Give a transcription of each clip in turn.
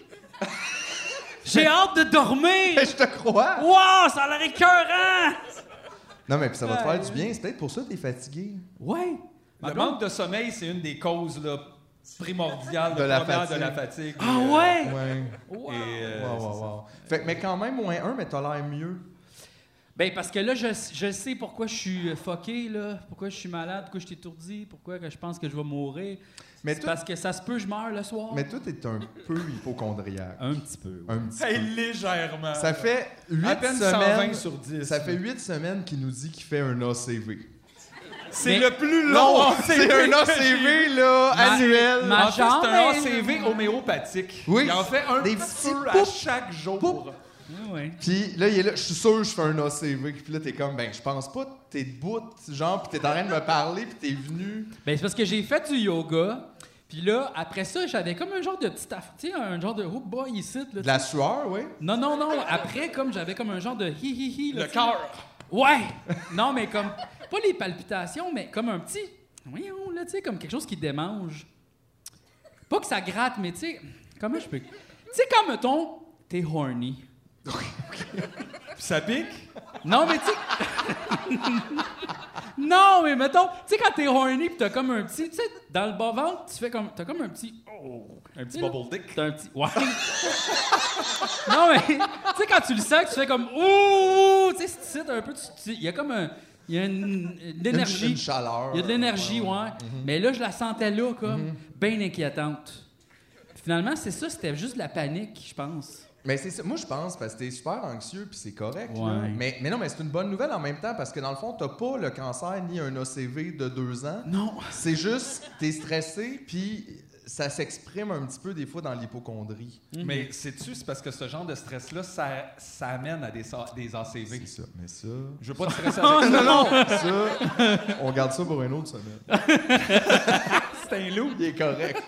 J'ai hâte de dormir. Je te crois. Wow, ça a l'air écœurant. Non, mais puis ça va te faire du bien. C'est peut-être pour ça que t'es fatigué. Ouais. Le manque de sommeil, c'est une des causes là, primordial, De le la première de fatigue. la fatigue. Ah euh, ouais? Ouais. Wow! Et, euh, Wow, wow, c'est wow. Fait, que- mais quand même, moins un, mais t'as l'air mieux. Ben parce que là, je, je sais pourquoi je suis euh, fucké, là, pourquoi je suis malade, pourquoi je suis étourdi, pourquoi que je pense que je vais mourir. Mais C'est tout- parce que ça se peut, je meurs le soir. Mais tout est un peu hypochondriaque. Un petit peu. Un petit ça. Hey, peu. légèrement. Ça fait huit à peine 120 semaines. sur 10. Ça fait huit semaines qu'il nous dit qu'il fait un ACV. C'est Mais- le plus long Non, ACV c'est un que j'ai eu. ACV, là, Ma- annuel. ma- En fait, c'est un Genre, ACV homéopathique. Oui, Il en fait un des petit petits peu à poups. chaque jour. Poups. Ouais, ouais. Puis là, il est là, je suis sûr que je fais un ACV. Puis là, t'es comme, ben, je pense pas, t'es debout, genre, puis t'es en train de me parler, puis t'es venu. Ben, c'est parce que j'ai fait du yoga. Puis là, après ça, j'avais comme un genre de petit aff- Tu sais, un genre de oh boy ici. Là, De la sueur, oui. Non, non, non. Après, comme j'avais comme un genre de hi hi hi. là, Le tu sais. cœur. Ouais! Non, mais comme. Pas les palpitations, mais comme un petit. Voyons, là, tu sais, comme quelque chose qui démange. Pas que ça gratte, mais tu sais. Comment je peux. Tu sais, quand, mettons, t'es horny. Ça pique. Non, mais tu sais. non, mais mettons, tu sais, quand t'es horny pis t'as comme un petit. Tu sais, dans le bas-ventre, tu fais comme. T'as comme un petit. Un petit petit bubble bubble dick. T'as un petit. Ouais! non, mais. Tu sais, quand tu le sens, tu fais comme. Ouh! Tu sais, si tu cites un peu, tu- tu- il y a comme un. Il y a une, une Une- énergie. Une, chaleur. Il y a de l'énergie, ouais. Mm-hmm. Mais là, je la sentais là, comme, bien inquiétante. Finalement, c'est ça, c'était juste de la panique, je pense. Mais c'est ça. Moi, je pense, parce que t'es super anxieux, puis c'est correct. là. Ouais. Mais, mais non, mais c'est une bonne nouvelle en même temps, parce que dans le fond, t'as pas le cancer ni un ACV de deux ans. Non. C'est juste, t'es stressé, puis ça s'exprime un petit peu des fois dans l'hypochondrie. Mais sais-tu, c'est parce que ce genre de stress-là, ça, ça amène à des, sa- des ACV. C'est ça, mais ça... Je veux pas te stresser avec Non, non, ça, on garde ça pour une autre semaine. c'est un loup. Il est correct.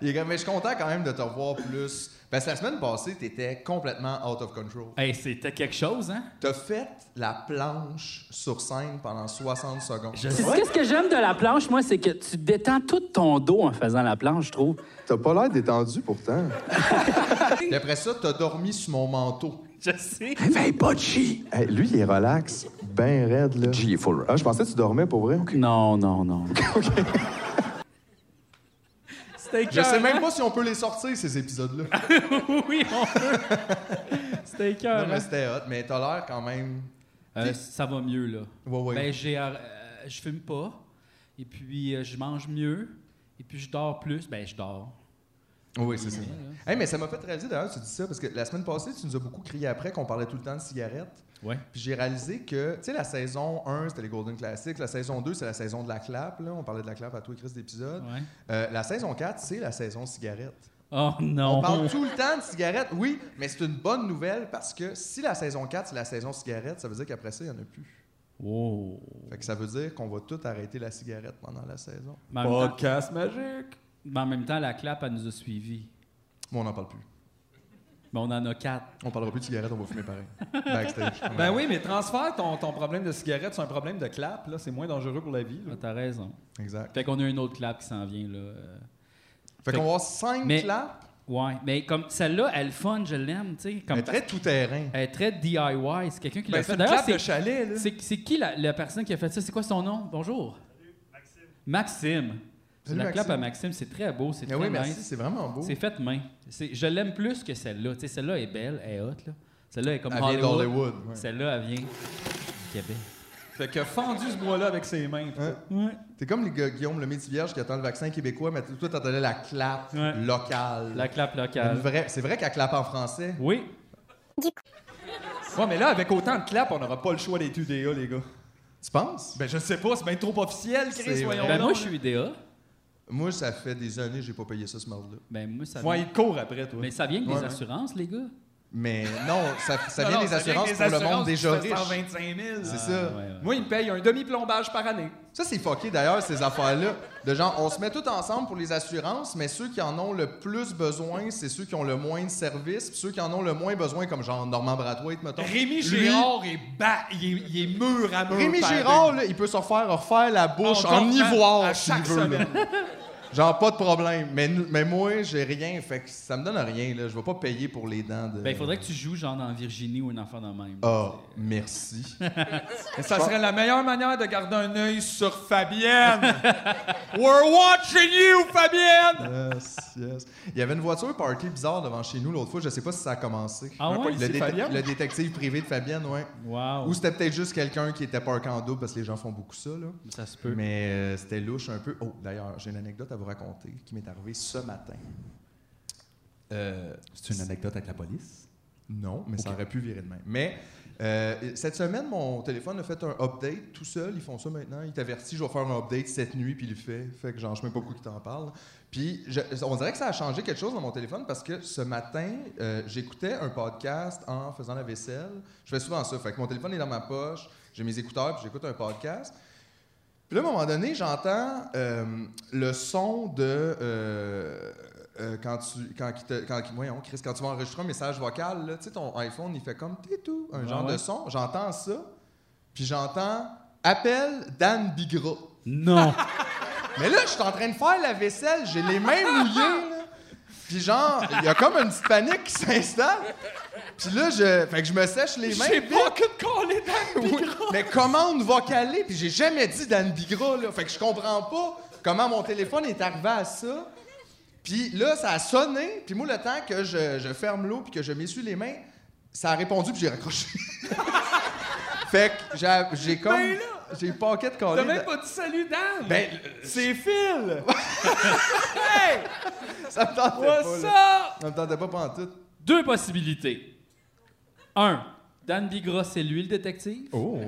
Il est correct. Mais je suis content quand même de te revoir plus. Parce que la semaine passée, t'étais complètement out of control. Hey, c'était quelque chose, hein? T'as fait la planche sur scène pendant 60 secondes. Je Tu sais, Qu'est-ce que j'aime de la planche, moi, c'est que tu détends tout ton dos en faisant la planche, je trouve. T'as pas l'air détendu pourtant. Et après ça, t'as dormi sur mon manteau. Je sais. Réveille pas, Chi! lui, il est relax, ben raide, là. Ah, Chi est full je pensais que tu dormais pour vrai. Non, non, non. C'était Je sais même pas si on peut les sortir, ces épisodes-là. oui, on peut. C'était non, écœurant. mais c'était hot, mais t'as l'air quand même. Euh, ça va mieux, là. Ouais, ouais. Ben, j'ai, arr- euh, je fume pas. Et puis, euh, je mange mieux. Et puis, je dors plus. Ben, je dors. Oui, c'est ça. Hey, mais ça m'a fait réaliser d'ailleurs, tu dis ça, parce que la semaine passée, tu nous as beaucoup crié après qu'on parlait tout le temps de cigarettes. Ouais. Puis j'ai réalisé que, tu sais, la saison 1, c'était les Golden Classics. La saison 2, c'est la saison de la clap. Là. On parlait de la clap à tous les crises d'épisodes. Ouais. Euh, la saison 4, c'est la saison cigarette. Oh non. On parle tout le temps de cigarette, oui, mais c'est une bonne nouvelle parce que si la saison 4, c'est la saison cigarette, ça veut dire qu'après ça, il n'y en a plus. Wow. Fait que ça veut dire qu'on va tout arrêter la cigarette pendant la saison. Mais en même temps- Podcast magique. mais en même temps, la clap, elle nous a suivis. Bon, on n'en parle plus. Mais on en a quatre. On parlera plus de cigarette, on va fumer pareil. Backstage. Euh, Ben oui, mais transfère ton, ton problème de cigarette sur un problème de clap, là, c'est moins dangereux pour la vie. là. Ah, T'as raison. Exact. Fait qu'on a une autre clap qui s'en vient, là. euh. Fait qu'on va avoir 5 Mais- claps. Ouais, mais comme celle-là, elle est fun, je l'aime, tu sais. comme- Elle est très tout-terrain. Elle est très DIY. C'est quelqu'un qui Ben, l'a c'est fait. une D'ailleurs, clap c'est, de chalet, là. c'est- c'est qui la, la personne qui a fait ça? C'est quoi son nom? Bonjour. Maxime. Maxime. Salut, la clap Maxime. à Maxime, c'est très beau, c'est Mais très oui, merci, nice. c'est vraiment beau. C'est fait main. C'est- je l'aime plus que celle-là. Tu sais, celle-là est belle, elle est hot, là. Celle-là est comme Elle vient Hollywood. d'Hollywood. ouais. Celle-là, elle vient du Québec. Fait que fendu ce bois-là avec ses mains. pis Hein? tout. Ouais. T'es comme les gars, Guillaume le métier vierge qui attend le vaccin québécois, mais toi, t'attendais la clap Ouais. locale. La clap Une locale. vraie- C'est vrai qu'elle clap en français. Oui. Ouais, mais là, avec autant de clap, on n'aura pas le choix des TDA, les gars. Tu penses? Ben, je sais pas, c'est bien trop officiel, C'est Chris, voyons vrai. Ben, donc. moi, je suis DA. Moi, ça fait des années que j'ai pas payé ça, ce merde là Ben, moi, ça Ouais, il te court après, toi. Mais ça vient avec des Ouais, ouais. assurances, les gars. Mais non, ça, ça Non, vient non, des assurances des pour le assurances monde qui déjà fait riche. 125 000. C'est Ah. ça. Ouais, ouais. Moi, il me paye un demi-plombage par année. Ça, c'est fucké d'ailleurs, ces affaires-là. De genre, on se met tout ensemble pour les assurances, mais ceux qui en ont le plus besoin, c'est ceux qui ont le moins de services, puis ceux qui en ont le moins besoin, comme genre Normand Bratoit, mettons. Rémi Lui- Girard est, ba- il est, il est mur à mur. Rémi par Girard, là, il peut se refaire refaire la bouche Encore en Ah, à- ivoire à s'il chaque veut. là. Genre, pas de problème. Mais, nous- mais moi, j'ai rien. Fait que ça me donne rien. Là. Je vais pas payer pour les dents de. Ben, il faudrait que tu joues genre dans Virginie ou un enfant de même. Ah, merci. Ça serait la meilleure manière de garder un œil sur Fabienne. We're watching you, Fabienne! yes, yes. Il y avait une voiture parkée bizarre devant chez nous l'autre fois. Je sais pas si ça a commencé. Ah ouais? Ah. le, C'est déte- Fabienne? le détective privé de Fabienne, ouais. Wow. Ou c'était peut-être juste quelqu'un qui était parké en double parce que les gens font beaucoup ça, là. Ça se peut. Mais euh, c'était louche un peu. Oh, d'ailleurs, j'ai une anecdote à vous raconter qui m'est arrivée ce matin. Euh, C'est une anecdote avec la police? non, mais ça aurait pu virer de même. Mais euh, cette semaine, mon téléphone a fait un update tout seul. Ils font ça maintenant. Ils t'avertissent, je vais faire un update cette nuit, puis il le fait. Fait que genre, je sais même pas pourquoi qu'ils t'en parlent. Puis je- on dirait que ça a changé quelque chose dans mon téléphone parce que ce matin, euh, j'écoutais un podcast en faisant la vaisselle. Je fais souvent ça. Fait que mon téléphone est dans ma poche, j'ai mes écouteurs, puis j'écoute un podcast. Puis là, à un moment donné, j'entends euh, le son de. euh, euh, quand tu. Quand, qui te- quand, qui- voyons, Chris, quand tu vas enregistrer un message vocal, là, tu sais, ton iPhone, il fait comme tout, un Ouais, genre de ouais. son. J'entends ça, puis j'entends Appel Dan Bigra. Non. Mais là, je suis en train de faire la vaisselle, j'ai les mains mouillées, là. Puis genre, il y a comme une petite panique qui s'installe. Puis là, je, fait que je me sèche les mains. J'ai vite. pas que de coller dans le Oui, mais commande vocalée, puis j'ai jamais dit Dan Bigra, là. Fait que je comprends pas comment mon téléphone est arrivé à ça. Puis là, ça a sonné, puis moi, le temps que je, je ferme l'eau puis que je m'essuie les mains, ça a répondu, puis j'ai raccroché. fait que j'ai- j'ai comme... Ben j'ai paquet de T'as collés. même pas dit salut, Dan! Ben, c'est Phil! hey! ça me tentait pas, What's là. up? Ça me tentait pas pantoute. Deux possibilités. Un, Dan Bigra, c'est lui le détective. Oh!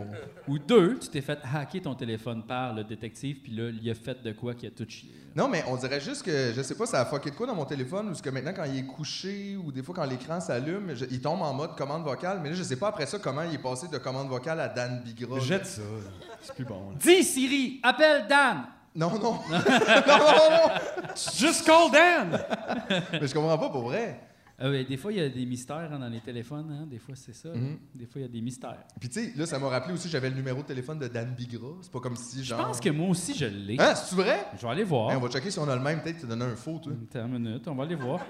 Ou deux, tu t'es fait hacker ton téléphone par le détective, puis là, il a fait de quoi qui a tout chié. Non, mais on dirait juste que, je sais pas, ça a fucké de quoi dans mon téléphone, ou ce que maintenant, quand il est couché, ou des fois quand l'écran s'allume, je- il tombe en mode commande vocale, mais là, je sais pas après ça comment il est passé de commande vocale à Dan Bigra. Jette ça. là. C'est plus bon. là. Dis Siri, appelle Dan. Non, non! non, non, non! Just call Dan! Mais je comprends pas pour vrai. Ah ouais, des fois, il y a des mystères hein, dans les téléphones. hein. Des fois, c'est ça. là. Des fois, il y a des mystères. Puis tu sais, là, ça m'a rappelé aussi, j'avais le numéro de téléphone de Dan Bigra. C'est pas comme si, Je genre... pense que moi aussi, je l'ai. Ah. Hein, Ben c'est vrai? Je vais aller Ah. voir. Hey, on va checker si on a le même, peut-être te donner un faux, toi. Attends une minute, on va aller voir.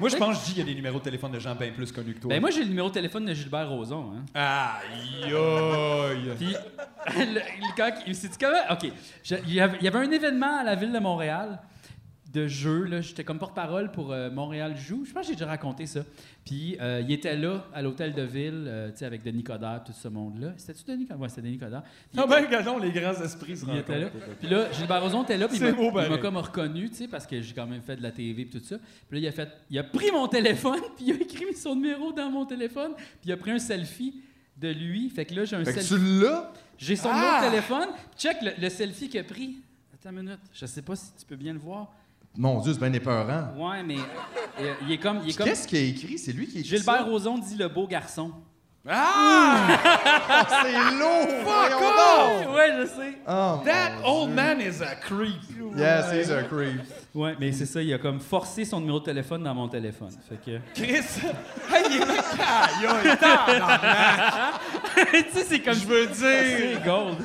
Moi, je pense que je dis qu'il y a des numéros de téléphone de gens bien plus connus que toi. Ben moi, j'ai le numéro de téléphone de Gilbert Rozon. Hein. Aïe, aïe. Puis, le, le- quand il s'est dit comment? OK. Je- il, y avait, il y avait un événement à la ville de Montréal de jeu. là. J'étais comme porte-parole pour euh, Montréal Joue. Je pense que j'ai déjà raconté ça. Puis, euh, il était là, à l'hôtel de ville, euh, tu sais, avec Denis Coderre, tout ce monde-là. C'était-tu Denis Coderre? Ouais, c'était Denis Coderre. Puis, Non, ben, regardons, les grands esprits se il était là. rencontrent. Puis là, Gilles Barozon était là, puis il C'est m'a- beau, il m'a pareil. comme reconnu, tu sais, parce que j'ai quand même fait de la TV et tout ça. Puis là, il a fait, il a pris mon téléphone, puis il a écrit son numéro dans mon téléphone, puis il a pris un selfie de lui. Fait que là, j'ai un Fait que selfie. tu l'as? J'ai son numéro Ah! de téléphone. Check le, le selfie qu'il a pris. Attends une minute. Je sais pas si tu peux bien le voir. Mon Dieu, c'est bien épeurant. Ouais, mais euh, il est comme. Il est comme Qu'est-ce qu'il a écrit? C'est lui qui a écrit Gilbert ça? Rozon dit le beau garçon. Ah! Ah, c'est lourd! Voyons donc! Ouais, Oh! ouais, je sais. Oh, That mon old Dieu. man is a creep. Yes, he's a creep. Ouais, mais c'est ça. Il a comme forcé son numéro de téléphone dans mon téléphone. Fait que. Chris, hey, il est là, aïe, aïe, tabarnak. tu sais, c'est comme. Je veux dire, C'est gold.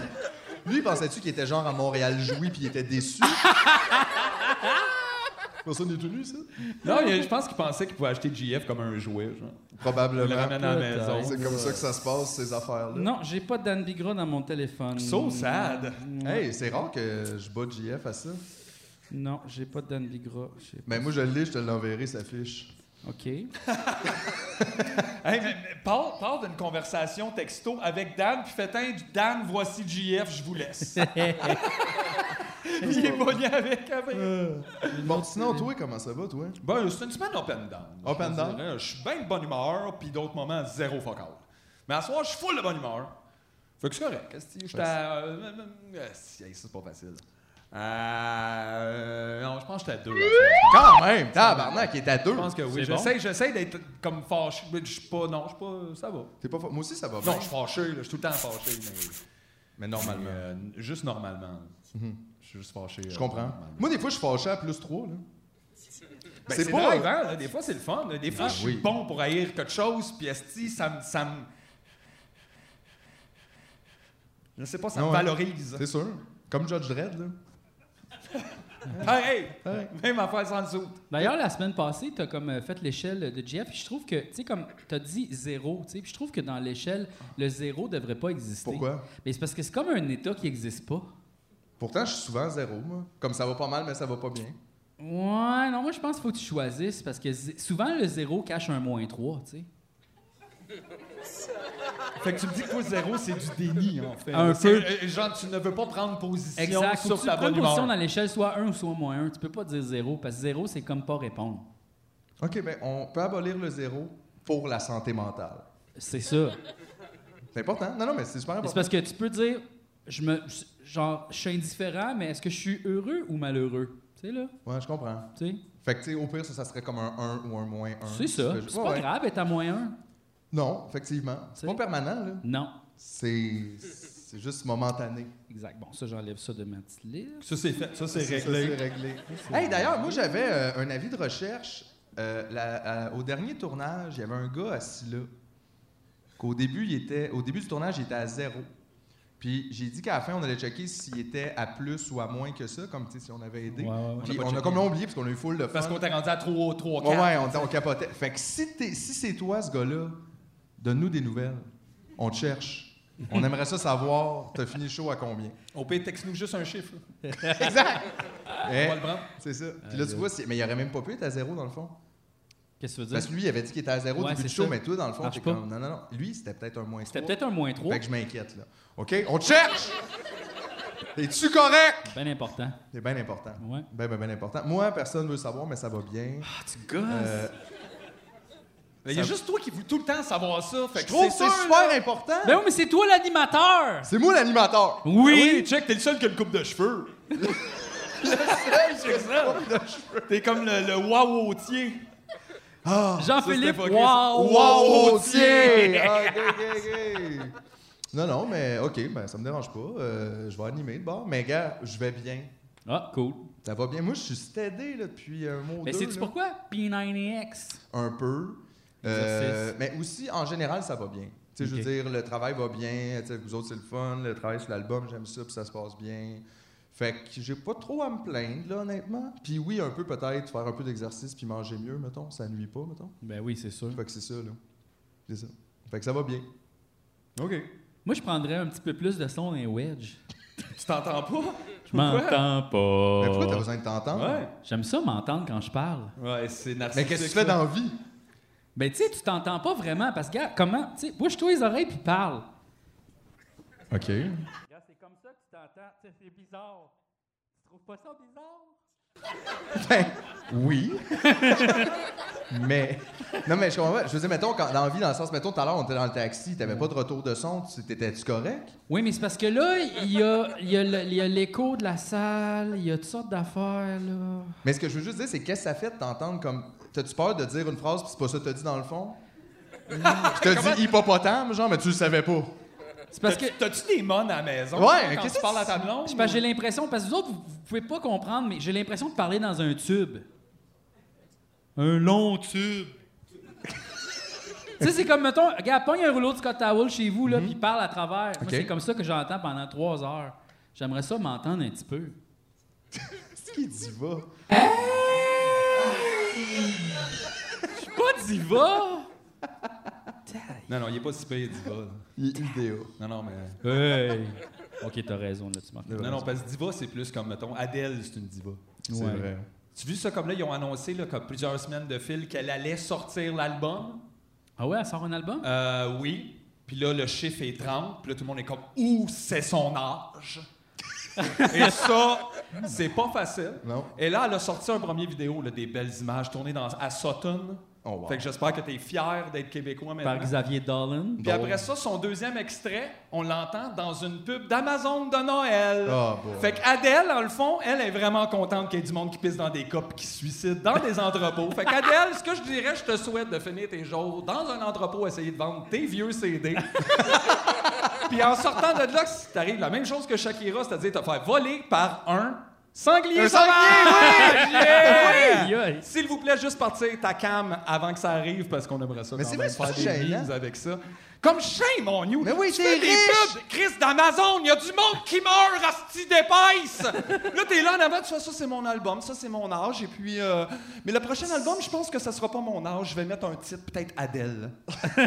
Lui, pensais-tu qu'il était genre à Montréal joué puis il était déçu? Personne n'est tout nu, ça? Non, il y a- je pense qu'il pensait qu'il pouvait acheter JF comme un jouet. Genre. Il le Probablement. ramène à la putain. hein. maison. C'est comme ça que ça se passe, ces affaires-là. Non, j'ai pas de Dan Bigra dans mon téléphone. so sad. Mm. Hey, c'est rare que je bats JF à ça. Non, j'ai pas de Dan Bigra. J'ai- Ben moi, je l'ai, je te l'enverrai, sa fiche. OK. Hey, mais- mais parle, parle d'une conversation texto avec Dan, puis faites un Dan, voici JF, je vous laisse. il est pogné avec avec. Bon, sinon, toi, comment ça va, toi? Ben, c'est une semaine up and down. Up Je and down? dirais, Je suis bien de bonne humeur, puis d'autres moments, zéro fuck all. Mais à ce soir, je suis full de bonne humeur. Fait que c'est correct. qu'est-ce que- J'étais à. euh, euh, euh, si, hey, ça, c'est pas facile. Euh, non, je pense que j'étais à deux. à ce soir. Quand même! Tabarnak, il est à deux! Je pense que oui. C'est bon. J'essaie j'essaie d'être comme fâché. mais Je suis pas. Non, je suis pas. Ça va. T'es pas fa- Moi aussi, ça va bien. Non, je suis fâché, là, je suis tout le temps fâché. Mais, mais mais, normalement. euh, juste normalement. Mm-hmm. Je suis juste fâché. euh, Je comprends. Moi, des fois, je suis fâché à plus 3, là. c'est Ben, c'est pas pas- là. Des fois, c'est le fun. là. Des fois, je suis oui. bon pour haïr quelque chose, puis esti, ça me. Ça me... Je sais pas, ça Ah me ouais. valorise. C'est sûr. Comme Judge Dredd, là. Pareil! Ah, Même affaire sans le sou. D'ailleurs, la semaine passée, tu as comme euh, fait l'échelle de GF, puis je trouve que, tu sais, comme tu as dit zéro, tu sais, puis je trouve que dans l'échelle, le zéro devrait pas exister. Pourquoi? Mais c'est parce que c'est comme un état qui n'existe pas. Pourtant, je suis souvent zéro, moi. Comme ça va pas mal, mais ça va pas bien. Ouais, non, moi je pense qu'il faut que tu choisisses parce que zé- souvent le zéro cache un moins 3, tu sais. Fait que tu me dis que toi, zéro, c'est du déni, hein. en fait. Un C'est- peu. euh, Genre, tu ne veux pas prendre position Exact. Faut sur que tu ta prennes bonne position humeur. dans l'échelle soit 1 ou soit moins 1. Tu peux pas dire zéro parce que zéro, c'est comme pas répondre. OK, ben on peut abolir le zéro pour la santé mentale. C'est ça. C'est important. Non, non, mais c'est super c'est important. parce que tu peux dire, je me, genre, je suis indifférent, mais est-ce que je suis heureux ou malheureux? Tu sais, là, Ouais, je comprends. tu sais. Fait que, tu sais, au pire, ça, ça serait comme un 1 ou un moins 1. C'est ça. C'est pas grave être à moins 1. Non, effectivement. C'est pas C'est- permanent, là. Non. C'est c'est juste momentané. Exact. Bon, ça, j'enlève ça de ma petite liste. Ça, c'est fait. Ça, c'est Ça, réglé. c'est réglé. Hey, d'ailleurs, moi, j'avais euh, un avis de recherche. Euh, la- à- au dernier tournage, il y avait un gars assis là. Qu'au début, il était, au début du tournage, il était à zéro. Puis j'ai dit qu'à la fin, on allait checker s'il était à plus ou à moins que ça, comme tu sais, si on avait aidé. Ouais, ouais, ouais. Puis on On a pas a, checké. comme oublié parce qu'on a eu full de fun. Parce qu'on t'est rendu à 3, 3, 4. Ouais, ouais, on, on capotait. Fait que si, t'es- si c'est toi, ce gars-là, donne-nous des nouvelles. On te cherche. On aimerait ça savoir, t'as fini le show à combien. On peut texte-nous juste un chiffre. Eh, Ah, On va le prendre. c'est ça. Puis là, tu vois, c'est- mais il aurait même pas pu être à zéro, dans le fond. Qu'est-ce que tu veux Parce dire? que lui, il avait dit qu'il était à zéro au Ouais, début c'est du show, ça. mais toi, dans le fond, Marche t'es pas. comme. Non, non, non. Lui, c'était peut-être un moins C'était trois. peut-être un moins 3. Fait que je m'inquiète, là. OK? On te cherche! Es-tu correct? Bien important. C'est bien important. Ouais. Ben, ben, ben important. Moi, personne veut savoir, mais ça va bien. Ah, tu gosses! Euh, Mais Il y a juste toi qui veux tout le temps savoir ça. Fait je que trouve que c'est c'est sûr, super là. important. Ben oui, mais c'est toi l'animateur! Ben C'est moi l'animateur. Ah Oui, Oui! check, t'es le seul qui a le coupe de cheveux. le seul, check ça. T'es comme le, le wawotier. Jean-Philippe, c'était fucké, ça. wow! Ah! Wow, tiens! Ah, ok, ok, ok. Non, non, mais OK, ben, ça me dérange pas. Euh, je vais animer de bord. Mais gars, je vais bien. Ah, cool. Ça va bien. Moi, je suis stédé là, depuis un mois ou Mais deux. sais-tu là. pourquoi? P90X. Un peu. Euh, mais aussi, en général, ça va bien. Tu sais, Je veux Ok. dire, le travail va bien. Tu sais, vous autres, c'est le fun. Le travail sur l'album, j'aime ça, puis ça se passe bien. Fait que j'ai pas trop à me plaindre, là, honnêtement. Puis oui, un peu peut-être, faire un peu d'exercice, puis manger mieux, mettons. Ça nuit pas, mettons. Ben oui, c'est sûr. Fait que c'est ça, là. C'est ça. Fait que ça va bien. OK. Moi, je prendrais un petit peu plus de son dans les wedge. Tu t'entends pas? Je m'entends Mais pourquoi t'as pas. besoin de t'entendre? Ouais. J'aime ça m'entendre quand je parle. Ouais, c'est narcissique. Mais qu'est-ce que tu fais dans la vie? Ben tu sais, tu t'entends pas vraiment parce que, gars, comment? Tu sais, bouge-toi les oreilles puis parle. OK. C'est comme ça que tu t'entends. C'est bizarre. Tu trouves pas ça bizarre? Oui. mais. Non, mais je comprends pas. Je veux dire, mettons, quand, dans la vie, dans le sens, mettons, tout à l'heure, on était dans le taxi, t'avais pas de retour de son, tu- t'étais-tu correct? Oui, mais c'est parce que là, il y a, il y a le- il y a l'écho de la salle, il y a toutes sortes d'affaires, là. Mais ce que je veux juste dire, c'est qu'est-ce que ça fait de t'entendre comme. T'as-tu peur de dire une phrase, puis c'est pas ça que t'as dit dans le fond? je te dis hippopotame, genre, mais tu le savais pas. C'est parce que. T'as-tu des mônes à la maison? Ouais, quand qu'est-ce tu que parles à tu- ta blonde? C'est parce que j'ai l'impression, parce que vous autres, vous, vous pouvez pas comprendre, mais j'ai l'impression de parler dans un tube. Un long tube. tu sais, c'est comme, mettons, regarde, pogne un rouleau de Scott Towel chez vous, là, puis parle à travers. Moi, Ok. c'est comme ça que j'entends pendant trois heures. J'aimerais ça m'entendre un petit peu. C'est qui dit va? Je suis pas diva! Non, non, il est pas si payé, Diva. Il est idéal. Non, non, mais... Hey! OK, t'as raison, là, tu m'as fait. Non, non, parce que Diva, c'est plus comme, mettons, Adèle, c'est une Diva. Ouais. Tu as vu ça comme là, ils ont annoncé là, comme plusieurs semaines de fil qu'elle allait sortir l'album? Ah ouais, elle sort un album? Euh, oui. Puis là, le chiffre est 30. Puis là, tout le monde est comme Où c'est son âge? Et ça, c'est pas facile. Non. Et là, elle a sorti un premier vidéo, là, des belles images tournées dans, à Sutton. Oh, wow. Fait que j'espère que t'es fier d'être québécois Par maintenant. Xavier Dolan. Puis après ça, son deuxième extrait, on l'entend dans une pub d'Amazon de Noël. Ah, bon. Fait qu'Adèle, dans le fond, elle est vraiment contente qu'il y ait du monde qui pisse dans des copes qui se suicide dans des entrepôts. Fait qu'Adèle, ce que je dirais, je te souhaite de finir tes jours dans un entrepôt, essayer de vendre tes vieux CD. Puis en sortant de là, si t'arrives la même chose que Shakira, c'est-à-dire te faire voler par un sanglier Un sauvage! Yeah! Aïe, aïe. S'il vous plaît, juste partir ta cam avant que ça arrive parce qu'on aimerait ça. Mais quand c'est même vrai, c'est faire des gênant. mises avec ça. Comme shame on you. Mais oui, Tu t'es fais des riche. pubs, Chris d'Amazon, il y a du monde qui meurt, asti d'épaisse. là, t'es là en avant, tu fais ça, c'est mon album, ça, c'est mon âge. Et puis, euh, mais le prochain album, je pense que ça sera pas mon âge. Je vais mettre un titre, peut-être Adèle. Ah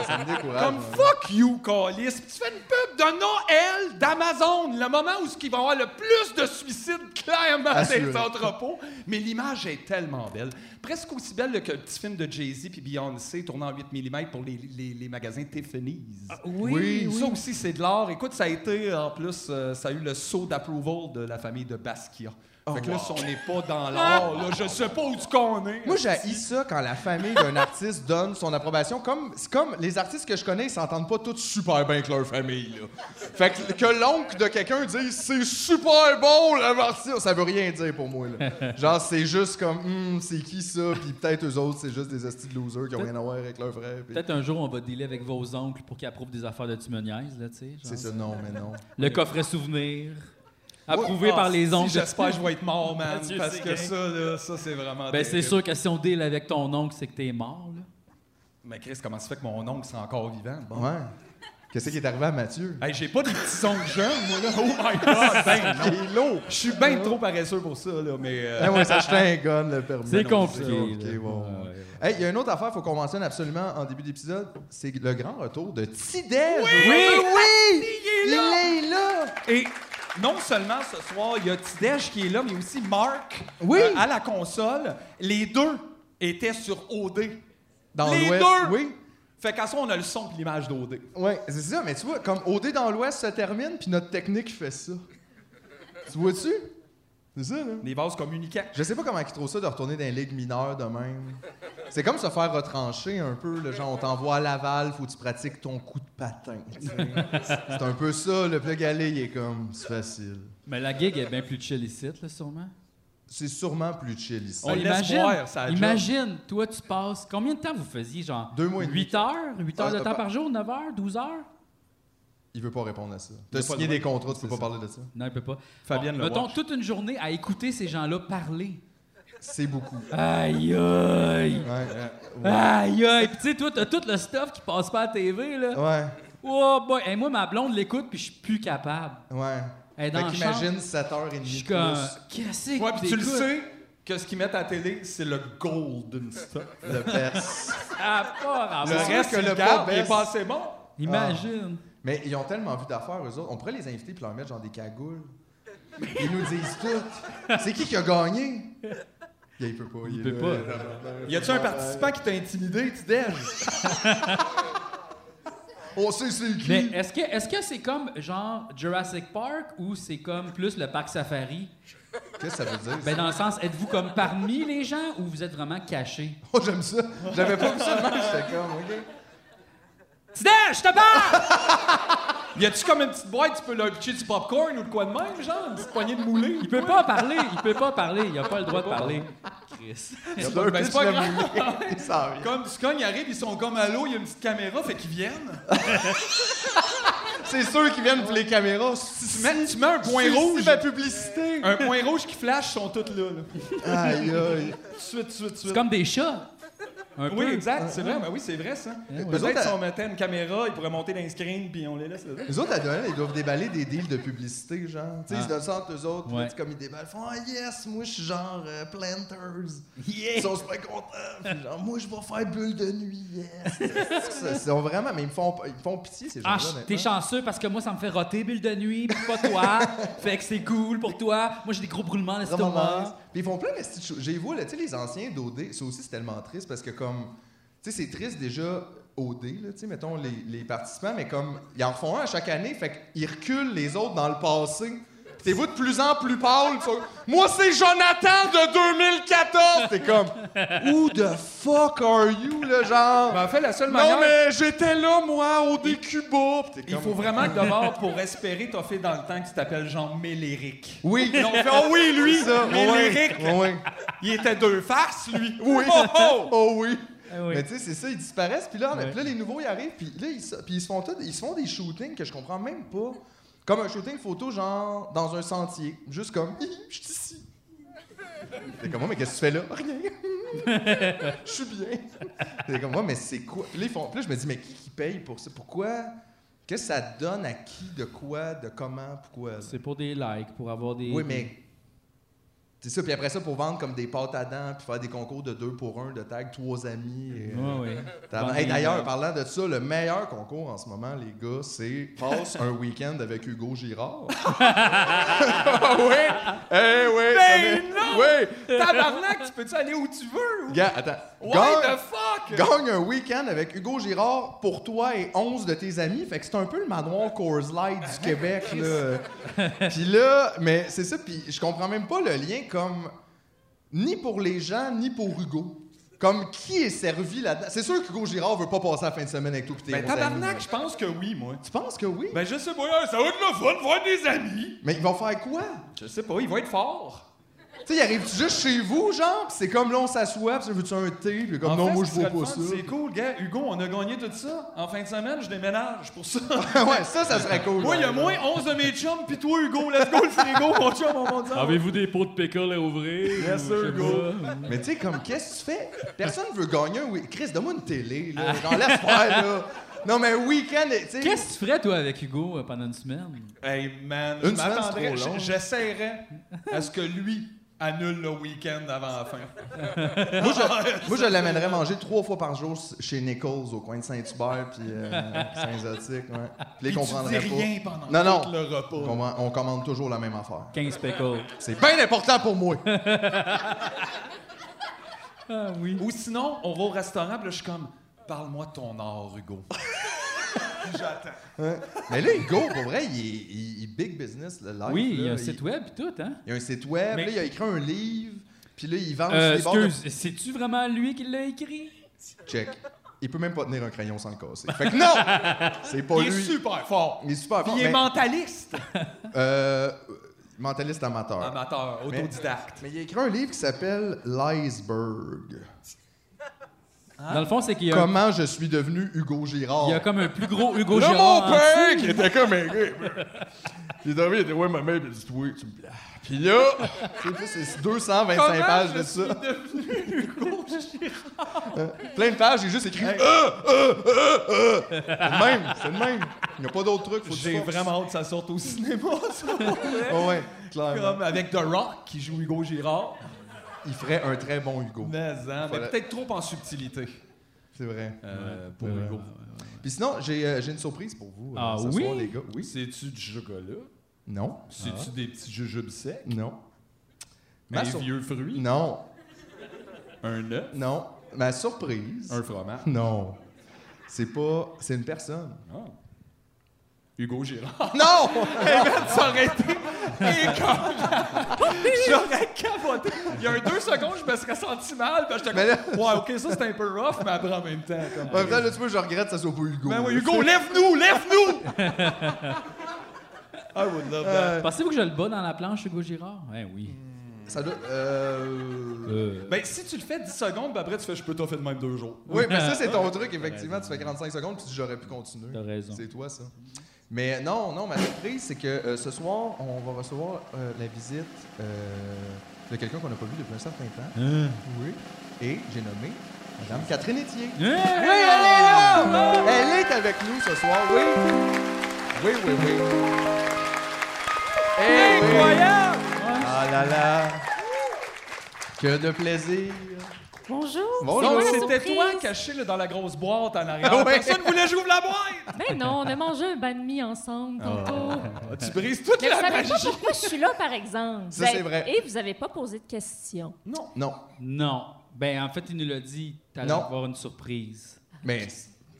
ouais, ça me décourage. Comme moi. fuck you, Calis. Puis Tu fais une pub de Noël d'Amazon, le moment où ce qui va avoir le plus de suicides clairement dans Assuré. les entrepôts. Mais l'image est tellement belle. Presque aussi belle que le petit film de Jay-Z puis Beyoncé tournant en 8 mm pour les, les- les magasins Tiffany's. Ah, Oui, Ça aussi, c'est de l'art. Écoute, ça a été, en plus, euh, ça a eu le saut d'approval de la famille de Basquiat. fait que là, si on n'est pas dans l'art, là, je sais pas où tu qu'on est. Moi, j'ai ça quand la famille d'un artiste donne son approbation. Comme, c'est comme les artistes que je connais, ils s'entendent pas tous super bien avec leur famille. là. Fait que, que l'oncle de quelqu'un dise c'est super bon la version, ça veut rien dire pour moi. Là. Genre, c'est juste comme Hum, c'est qui ça, puis peut-être eux autres, c'est juste des hosties de losers qui ont rien à voir avec leur frère. puis- Peut-être un jour, on va dealer avec vos oncles pour qu'ils approuvent des affaires de Timoniaise, là, tu sais. genre. C'est ça, non, mais non. Le coffret souvenir, approuvé Ah, par les si, oncles. J'espère que je vais être mort, man. Dieu parce sait que que- ça, là, ça, c'est vraiment. Ben, c'est terrible. sûr que si on deal avec ton oncle, c'est que t'es mort, là. Mais Chris, comment ça fait que mon oncle, c'est encore vivant? Bon. Ouais. Qu'est-ce qui est arrivé à Mathieu? Hey, j'ai pas des petits ongles jeunes, moi, là. Oh my god, ben non. Il est lourd! Je suis bien trop paresseux pour ça, là, mais. euh, Ah ouais, ça j'étais un gun, le permis. C'est Non, compliqué, compliqué, là. Ah, bon. Ouais, ouais. Hey, il y a une autre affaire, faut qu'on mentionne absolument en début d'épisode, c'est le grand retour de Tidej. Oui, oui, il est là! il est là. Et non seulement ce soir, il y a Tidej qui est là, mais aussi Marc Oui. euh, à la console. Les deux étaient sur OD. Dans les l'Ouest, deux! oui. Fait qu'à ça, on a le son et l'image d'OD. Ouais, c'est ça, mais tu vois, comme OD dans l'Ouest se termine, puis notre technique fait ça. tu vois-tu? C'est ça, là. Des vases communicants. Je sais pas comment ils trouvent ça de retourner dans les ligues mineures de même. C'est comme se faire retrancher un peu. Le genre, on t'envoie à Laval, faut que tu pratiques ton coup de patin. tu sais. C'est un peu ça. Le plug aller, il est comme, c'est facile. Mais la gig est bien plus chill ici, là, sûrement. Ben, C'est sûrement plus chill ici. On laisse imagine, boire, ça a job. imagine, toi, tu passes. Combien de temps vous faisiez, genre Deux mois et demi. 8 heures 8 heures Ah, de t'as temps pas- par jour 9 heures 12 heures Il veut pas répondre à ça. Il T'as a pas signé le des droit. contrats, tu peux pas parler de ça. Non, il peut pas. Fabienne Leroy. Mettons toute une journée à écouter ces gens-là parler. C'est beaucoup. Aïe, aïe Ouais, euh, ouais. Aïe, aïe! Puis tu sais, toi, t'as tout le stuff qui passe pas à la TV, là. Ouais, Oh boy! Hey, moi, ma blonde l'écoute, puis je suis plus capable. ouais. Hey, dans fait la qu'imagine 7h30 de Je suis plus. comme... Qu'est-ce que Ouais, puis tu le t'écoutes? sais que ce qu'ils mettent à la télé, c'est le golden stuff. de perse. Ça a Ah, pas rapport. Le C'est reste, que ah. que le le garde, pot il est baisse. pas assez bon. Imagine. Mais ils ont tellement vu d'affaires, eux autres. On pourrait les inviter puis leur mettre genre des cagoules. Ils nous disent tout. C'est qui qui a gagné? Il il peut pas. Il, peut est pas. là, il est là. Y a-tu un participant qui t'a intimidé, tu déj? On sait c'est qui. Mais euh, est-ce que est-ce que c'est comme genre Jurassic Park ou c'est comme plus le parc safari? Qu'est-ce que ça veut dire? ça? Ben dans le sens, êtes-vous comme parmi les gens ou vous êtes vraiment caché? Oh, j'aime ça. J'avais pas vu ça de même. J'étais comme, OK. Tidej, je te parle! Y a-tu comme une petite boîte, tu peux leur pitcher du popcorn ou de quoi de même, genre? Une petite poignée de moulé? Il peut pas parler, il peut pas parler, il a pas le droit de parler. Chris. Il a Ben, pas c'est pas grave. Il s'en vient. Comme du cogne, ils arrivent, ils sont comme à l'eau, il y a une petite caméra, fait qu'ils viennent. C'est ceux qui viennent pour les caméras. Tu mets, tu mets un point C'est rouge, ma publicité. un point rouge qui flash, ils sont tous là. là. Tout Aïe, aïe. de suite, tout de suite, tout de C'est suite. comme des chats. Un Oui, peu. exact, c'est vrai, ben oui, c'est vrai ça. Eux autres, Peut-être si à- on mettait une caméra, ils pourraient monter dans le screen puis on les laisse là. Les autres, à Noël, ils doivent déballer des deals de publicité, genre. Tu sais, ils se sentent eux autres, puis Ah. Ouais. là, tu- comme ils déballent, ils font Ah yes, moi je suis genre euh, Planters. Ils sont super contents. Puis genre, moi je vais faire bulle de nuit, yes. Ils sont vraiment, mais ils me font, ils me font pitié, ces Ah, gens-là. honnêtement. t'es chanceux parce que moi, ça me fait roter bulle de nuit, puis pas toi. fait que c'est cool pour toi. Moi, j'ai des gros brûlements Vraiment nice. d'estomac. Puis ils font plein de petites choses. J'ai vu, là, tu sais, les anciens d'OD, ça aussi, c'est tellement triste parce que, comme, tu sais, c'est triste déjà OD, là, tu sais, mettons, les, les participants, mais comme, ils en font un à chaque année, fait qu'ils reculent les autres dans le passé. Puis T'es vous de plus en plus pâle. tu vois. Moi, c'est Jonathan de 2014! T'es comme, Who the fuck are you, le genre? Ben, en fait, la seule non, manière. mais j'étais là, moi, au Cuba! Puis t'es Il comme- faut vraiment que d'abord, pour espérer t'offrir dans le temps, que tu t'appelles Jean Méléric. Oui! Non, on fait, oh oui, lui, ça, Méléric. ouais, ouais. Il était deux farces, lui. Oui. Oh, oh! Oh oui. Ah oui. Mais tu sais, c'est ça, ils disparaissent, puis là, Ouais. puis là, les nouveaux, ils arrivent, puis là, ils, se- puis ils se font tout- ils se font des shootings que je comprends même pas. Comme un shooting photo, genre, dans un sentier. Juste comme, Hi, hi, je suis ici. T'es comme, moi, mais qu'est-ce que tu fais là? Rien. Je suis bien. T'es comme, moi, mais c'est quoi? Là, ils font- puis là, je me dis, mais qui, qui paye pour ça? Pourquoi? Qu'est-ce que ça donne à qui, de quoi, de comment, pourquoi? là? C'est pour des likes, pour avoir des. Oui, mais. C'est ça. Puis après ça, pour vendre comme des pâtes à dents, puis faire des concours de deux pour un, de tag trois amis. et, euh, Ouais, ouais. T'as- Vendre Hey, des- D'ailleurs, parlant de ça, le meilleur concours en ce moment, les gars, c'est passe un week-end avec Hugo Girard. Ah ouais? Eh ouais! ça Ben non! Ouais! Tabarnak, tu peux-tu aller où tu veux? ou- Gars, attends. Why Gagne- the fuck? Gagne un week-end avec Hugo Girard pour toi et 11 de tes amis. Fait que c'est un peu le manoir Coors Light du Québec, là. Puis là, mais c'est ça, puis je comprends même pas le lien comme... Ni pour les gens, ni pour Hugo. Comme qui est servi là-dedans? C'est sûr qu'Hugo Girard veut pas passer la fin de semaine avec toi pis tes Ben gros amis, tabarnak, là. je pense que oui, moi. Tu penses que oui? Ben je sais pas, hein, ça va être le fun de voir des amis. Mais ils vont faire quoi? Je sais pas, il va être fort. Tu sais, ils arrivent juste chez vous, genre? Pis c'est comme là, on s'assoit, pis ça veut-tu un thé? Pis comme En non, fait, moi, ce je qui vois serait le pas ça. fun, C'est cool, gars. Hugo, on a gagné tout ça. En fin de semaine, je déménage pour ça. ouais, ça, ça serait cool. Moi, il y a Ouais. moins 11 de mes chums, puis toi, Hugo, let's go le frigo, mon chum, on va dire. Avez-vous des pots de pickle à ouvrir? Yes, Ou sir, je sais go. pas. Mais tu sais, comme, qu'est-ce que tu fais? Personne veut gagner un week Chris, donne-moi une télé, là. Genre, laisse faire, là. Non, mais un week-end, tu sais. Ah. Qu'est-ce que tu ferais, toi, avec Hugo euh, pendant une semaine? Hey man, Une je semaine, m'attendrais, c'est trop long. j- j'essaierais à ce que lui annule le week-end avant la fin. Moi, je, moi, je l'amènerais manger trois fois par jour chez Nichols, au coin de Saint-Hubert, puis euh, Saint-Zotique, ouais. Puis les Puis comprendraient tu dis pas. rien pendant Non, non. tout le repas. On commande- on commande toujours la même affaire. 15 pickles. C'est bien important pour moi. Ah oui. Ou sinon, on va au restaurant, puis là, je suis comme, parle-moi de ton art, Hugo. J'attends. Mais là, Hugo, pour vrai, il est, il- il est big business, le live. Oui, il y a Ah, là. un site web et tout, hein? Il y a un site web, Mais- là, il a écrit un livre, puis là, il vend Euh, sur les bords de- excuse, c'est-tu vraiment lui qui l'a écrit? Check. Il peut même pas tenir un crayon sans le casser. Fait que non! C'est pas Il est lui. super fort. Il est super Puis fort, il est mais- mentaliste. Euh, mentaliste amateur. Ah, Amateur, Mais- autodidacte. Mais il a écrit un livre qui s'appelle L'Iceberg. Hein? Dans le fond, c'est qu'il y a, Comment je suis devenu Hugo Girard. il y a comme un plus gros Hugo Là, Girard. mon père qui était comme un gars. Il est arrivé, il était ouais, ma mère, il a dit oui, tu me blagues. Puis là, tu sais, c'est 225 Comment pages je de suis ça. devenu Hugo Girard? Plein de pages, j'ai juste écrit Ah, ah, ah, ah. C'est le même, c'est le même. Il n'y a pas d'autres trucs, faut que tu J'ai forces. vraiment hâte que ça sorte au cinéma, ça. Ah ouais, clairement. Comme avec The Rock qui joue Hugo Girard. Il ferait un très bon Hugo. Mais, hein, mais Faudrait- peut-être trop en subtilité C'est vrai. euh, pour c'est vrai. Hugo. Puis sinon, j'ai euh, j'ai une surprise pour vous. euh, Ah ce oui? soir, les gars. Oui. C'est-tu du chocolat? Non. Ah. C'est-tu des petits jujubes secs? Non. Ma Ben, Un sur- vieux fruit? Non. Un œuf? Non. Ma surprise. Un fromage? Non. C'est pas. C'est une personne. Ah. Hugo Girard. Non! Ça aurait été écœurant. J'aurais capoté. Il y a un deux secondes, je me serais senti mal. Parce que Mais là- j'étais comme, ouais, ok, ça c'est un peu rough, mais après en même temps. Comme... En même temps, là, tu vois, je regrette que ça soit pas Hugo. Ben là. ouais, Hugo, lève-nous, lève-nous! I would love that. Pensez-vous que je le bats dans la planche, Hugo Girard? Eh oui. Ça doit. Euh... Euh, Ben, si tu le fais 10 secondes, ben après tu fais, je peux t'en faire de même deux jours. Oui, mais ça, c'est ton truc, effectivement. Tu fais 45 secondes, puis tu dis, j'aurais pu continuer. T'as raison. C'est toi, ça. Mais non, non, ma surprise, c'est que euh, ce soir, on va recevoir euh, la visite euh, de quelqu'un qu'on n'a pas vu depuis un certain temps. Oui. Et j'ai nommé Madame Catherine Etier. hein? Oui, elle est là! Elle est avec nous ce soir, oui. Oui, oui, oui. Eh oui. Incroyable! Ah là là! Que de plaisir! Bonjour. Bonjour! Donc, la c'était surprise. toi caché là, dans la grosse boîte en arrière. Oh, Ouais. Personne voulait que j'ouvre la boîte! Ben non, on a mangé un banh mi ensemble tantôt. Tu brises toute Mais vous la savez magie! pas pourquoi je suis là, par exemple. Ça, Ben, c'est vrai. Et vous avez pas posé de questions. Non. Non, Non. Ben, en fait, il nous l'a dit. T'allais Non. avoir une surprise. mais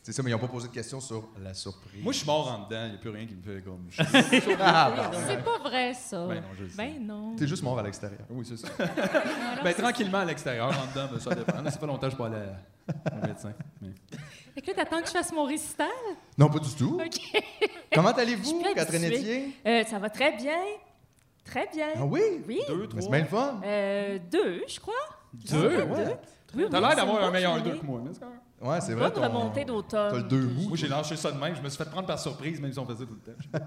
c'est ça, mais ils n'ont pas posé de questions sur la surprise. Moi, je suis mort en dedans. Il n'y a plus rien qui me fait comme... Ah, pardon. C'est pas vrai, ça. Ben non, je le sais. Ben non. T'es juste mort à l'extérieur. Oui, c'est ça. Alors, Ben, tranquillement à l'extérieur, en dedans, ben, ça dépend. Là, ça fait longtemps que je suis pas allé à- au médecin. mais- Fait que là, t'attends que je fasse mon récital? Non, pas du tout. OK. Comment Je allez-vous, suis Catherine habituée. Etier? Euh, ça va très bien. Très bien. Ah oui? Oui. Mais C'est bien le fun. Euh, deux, je crois. Deux? Ouais. Oui, oui, T'as l'air c'est d'avoir une un bonne meilleur journée. deux que moi. n'est-ce pas? Ouais, c'est vrai. Bonne remontée d'automne. T'as le deux Puis- roues. Moi, j'ai lâché ça de même. Je me suis fait prendre par surprise, même si on faisait tout le temps.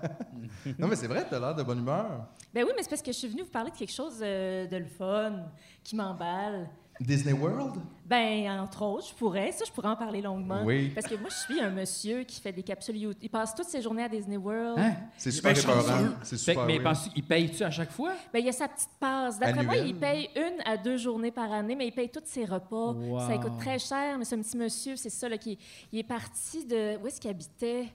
Non, mais c'est vrai, t'as l'air de bonne humeur. Ben oui, mais c'est parce que je suis venue vous parler de quelque chose euh, de le fun, qui m'emballe. Disney World? Ben, entre autres, je pourrais. Ça, je pourrais en parler longuement. Oui. Parce que moi, je suis un monsieur qui fait des capsules YouTube. Il passe toutes ses journées à Disney World. Hein? C'est super Ben, épeurant. chanceux. C'est Fait que- super. mais weird. penses-tu, il paye-tu à chaque fois? Ben, il y a sa petite passe. D'après moi, Annuelle. il paye une à deux journées par année, mais il paye tous ses repas. Wow. Ça coûte très cher, mais c'est un petit monsieur, c'est ça, là, qui il est parti de. Où est-ce qu'il habitait?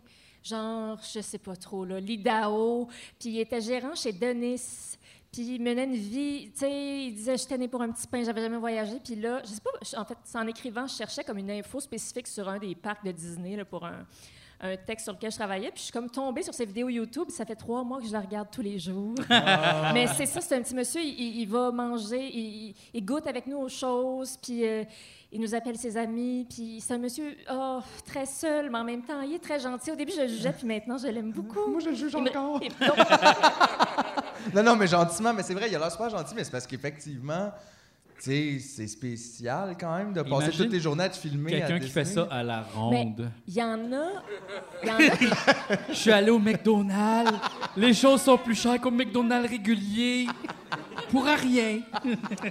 Genre, je sais pas trop, là, l'Idaho. Puis il était gérant chez Denis. Puis il menait une vie, tu sais, il disait, je suis tanné pour un petit pain, j'avais jamais voyagé. Puis là, je sais pas, je- en fait, en écrivant, je cherchais comme une info spécifique sur un des parcs de Disney, là, pour un, un texte sur lequel je travaillais. Puis je suis comme tombée sur ses vidéos YouTube. Ça fait trois mois que je la regarde tous les jours. Mais c'est ça, c'est un petit monsieur, il- il, il va manger, il, il- il goûte avec nous aux choses, puis euh, il nous appelle ses amis, puis c'est un monsieur oh, très seul, mais en même temps, il est très gentil. Au début, je le jugeais, puis maintenant, je l'aime beaucoup. Moi, je le juge encore. Non, non, mais gentiment, mais c'est vrai, il a l'air super gentil, mais c'est parce qu'effectivement, tu sais, c'est spécial quand même de passer Imagine toutes les journées à te filmer. à Quelqu'un qui fait ça Disney. à la mais ronde. il y en a, il y en a qui Je suis allé au McDonald's. Les choses sont plus chères qu'au McDonald's régulier. Pour à rien.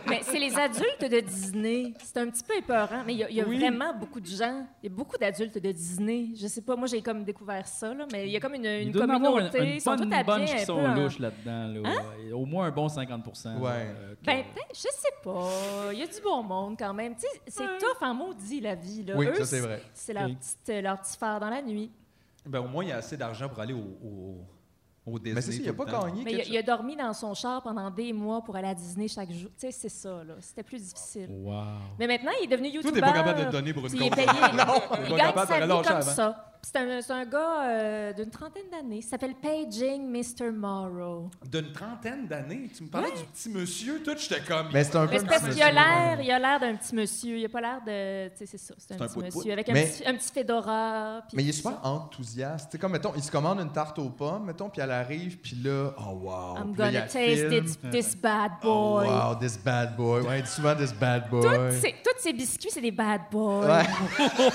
Mais c'est les adultes de Disney. C'est un petit peu épeurant, mais il y a, il y a vraiment beaucoup de gens. Il y a beaucoup d'adultes de Disney. Je sais pas, moi, j'ai comme découvert ça, là, mais il y a comme une, une Il doit y en avoir communauté. une- une Ils sont bonne tous habillés bunch qui un sont peu en- Hein? louches là-dedans. là. Ouais. Au moins un bon 50 Ouais. là, euh, que- Ben, peut-être, je sais pas. Il y a du bon monde quand même. Tu sais, c'est tough en maudit, la vie. Là. Oui, Eux, ça, c'est vrai. C'est leur, Oui. petite- euh, leur petit phare dans la nuit. Ben, au moins, il y a assez d'argent pour aller au, au, au Disney. Mais c'est ça, il a tout le pas temps. gagné. Mais il a, quelque il a dormi dans son char pendant des mois pour aller à Disney chaque jour. Tu sais, c'est ça, là. C'était plus difficile. Wow. Mais maintenant, il est devenu Toi, youtubeur. t'es pas capable de te donner pour une puis Il est cause. payé. il pas gagne capable de sa vie relâcher comme avant. ça. Puis C'est un, c'est un gars euh, d'une trentaine d'années. Il s'appelle Paging Mr. Morrow. D'une trentaine d'années, tu me parlais du petit monsieur, tout, j'étais comme. Mais c'est un peu. Mais c'est parce qu'il a l'air, il a l'air d'un petit monsieur. Il a pas l'air de, tu sais, c'est ça, c'est un, un petit pout-pout. monsieur avec un Mais- petit, un petit fedora. puis Mais il est tout ça. super enthousiaste. C'est comme, mettons, il se commande une tarte aux pommes, mettons, puis elle arrive, puis là, oh wow. I'm Puis là, il gonna la taste filme. this, this bad Oh, boy. wow, this bad boy. Ouais, il dit souvent this bad boy. Toutes ces- Tous ces biscuits, c'est des bad boys. Ouais.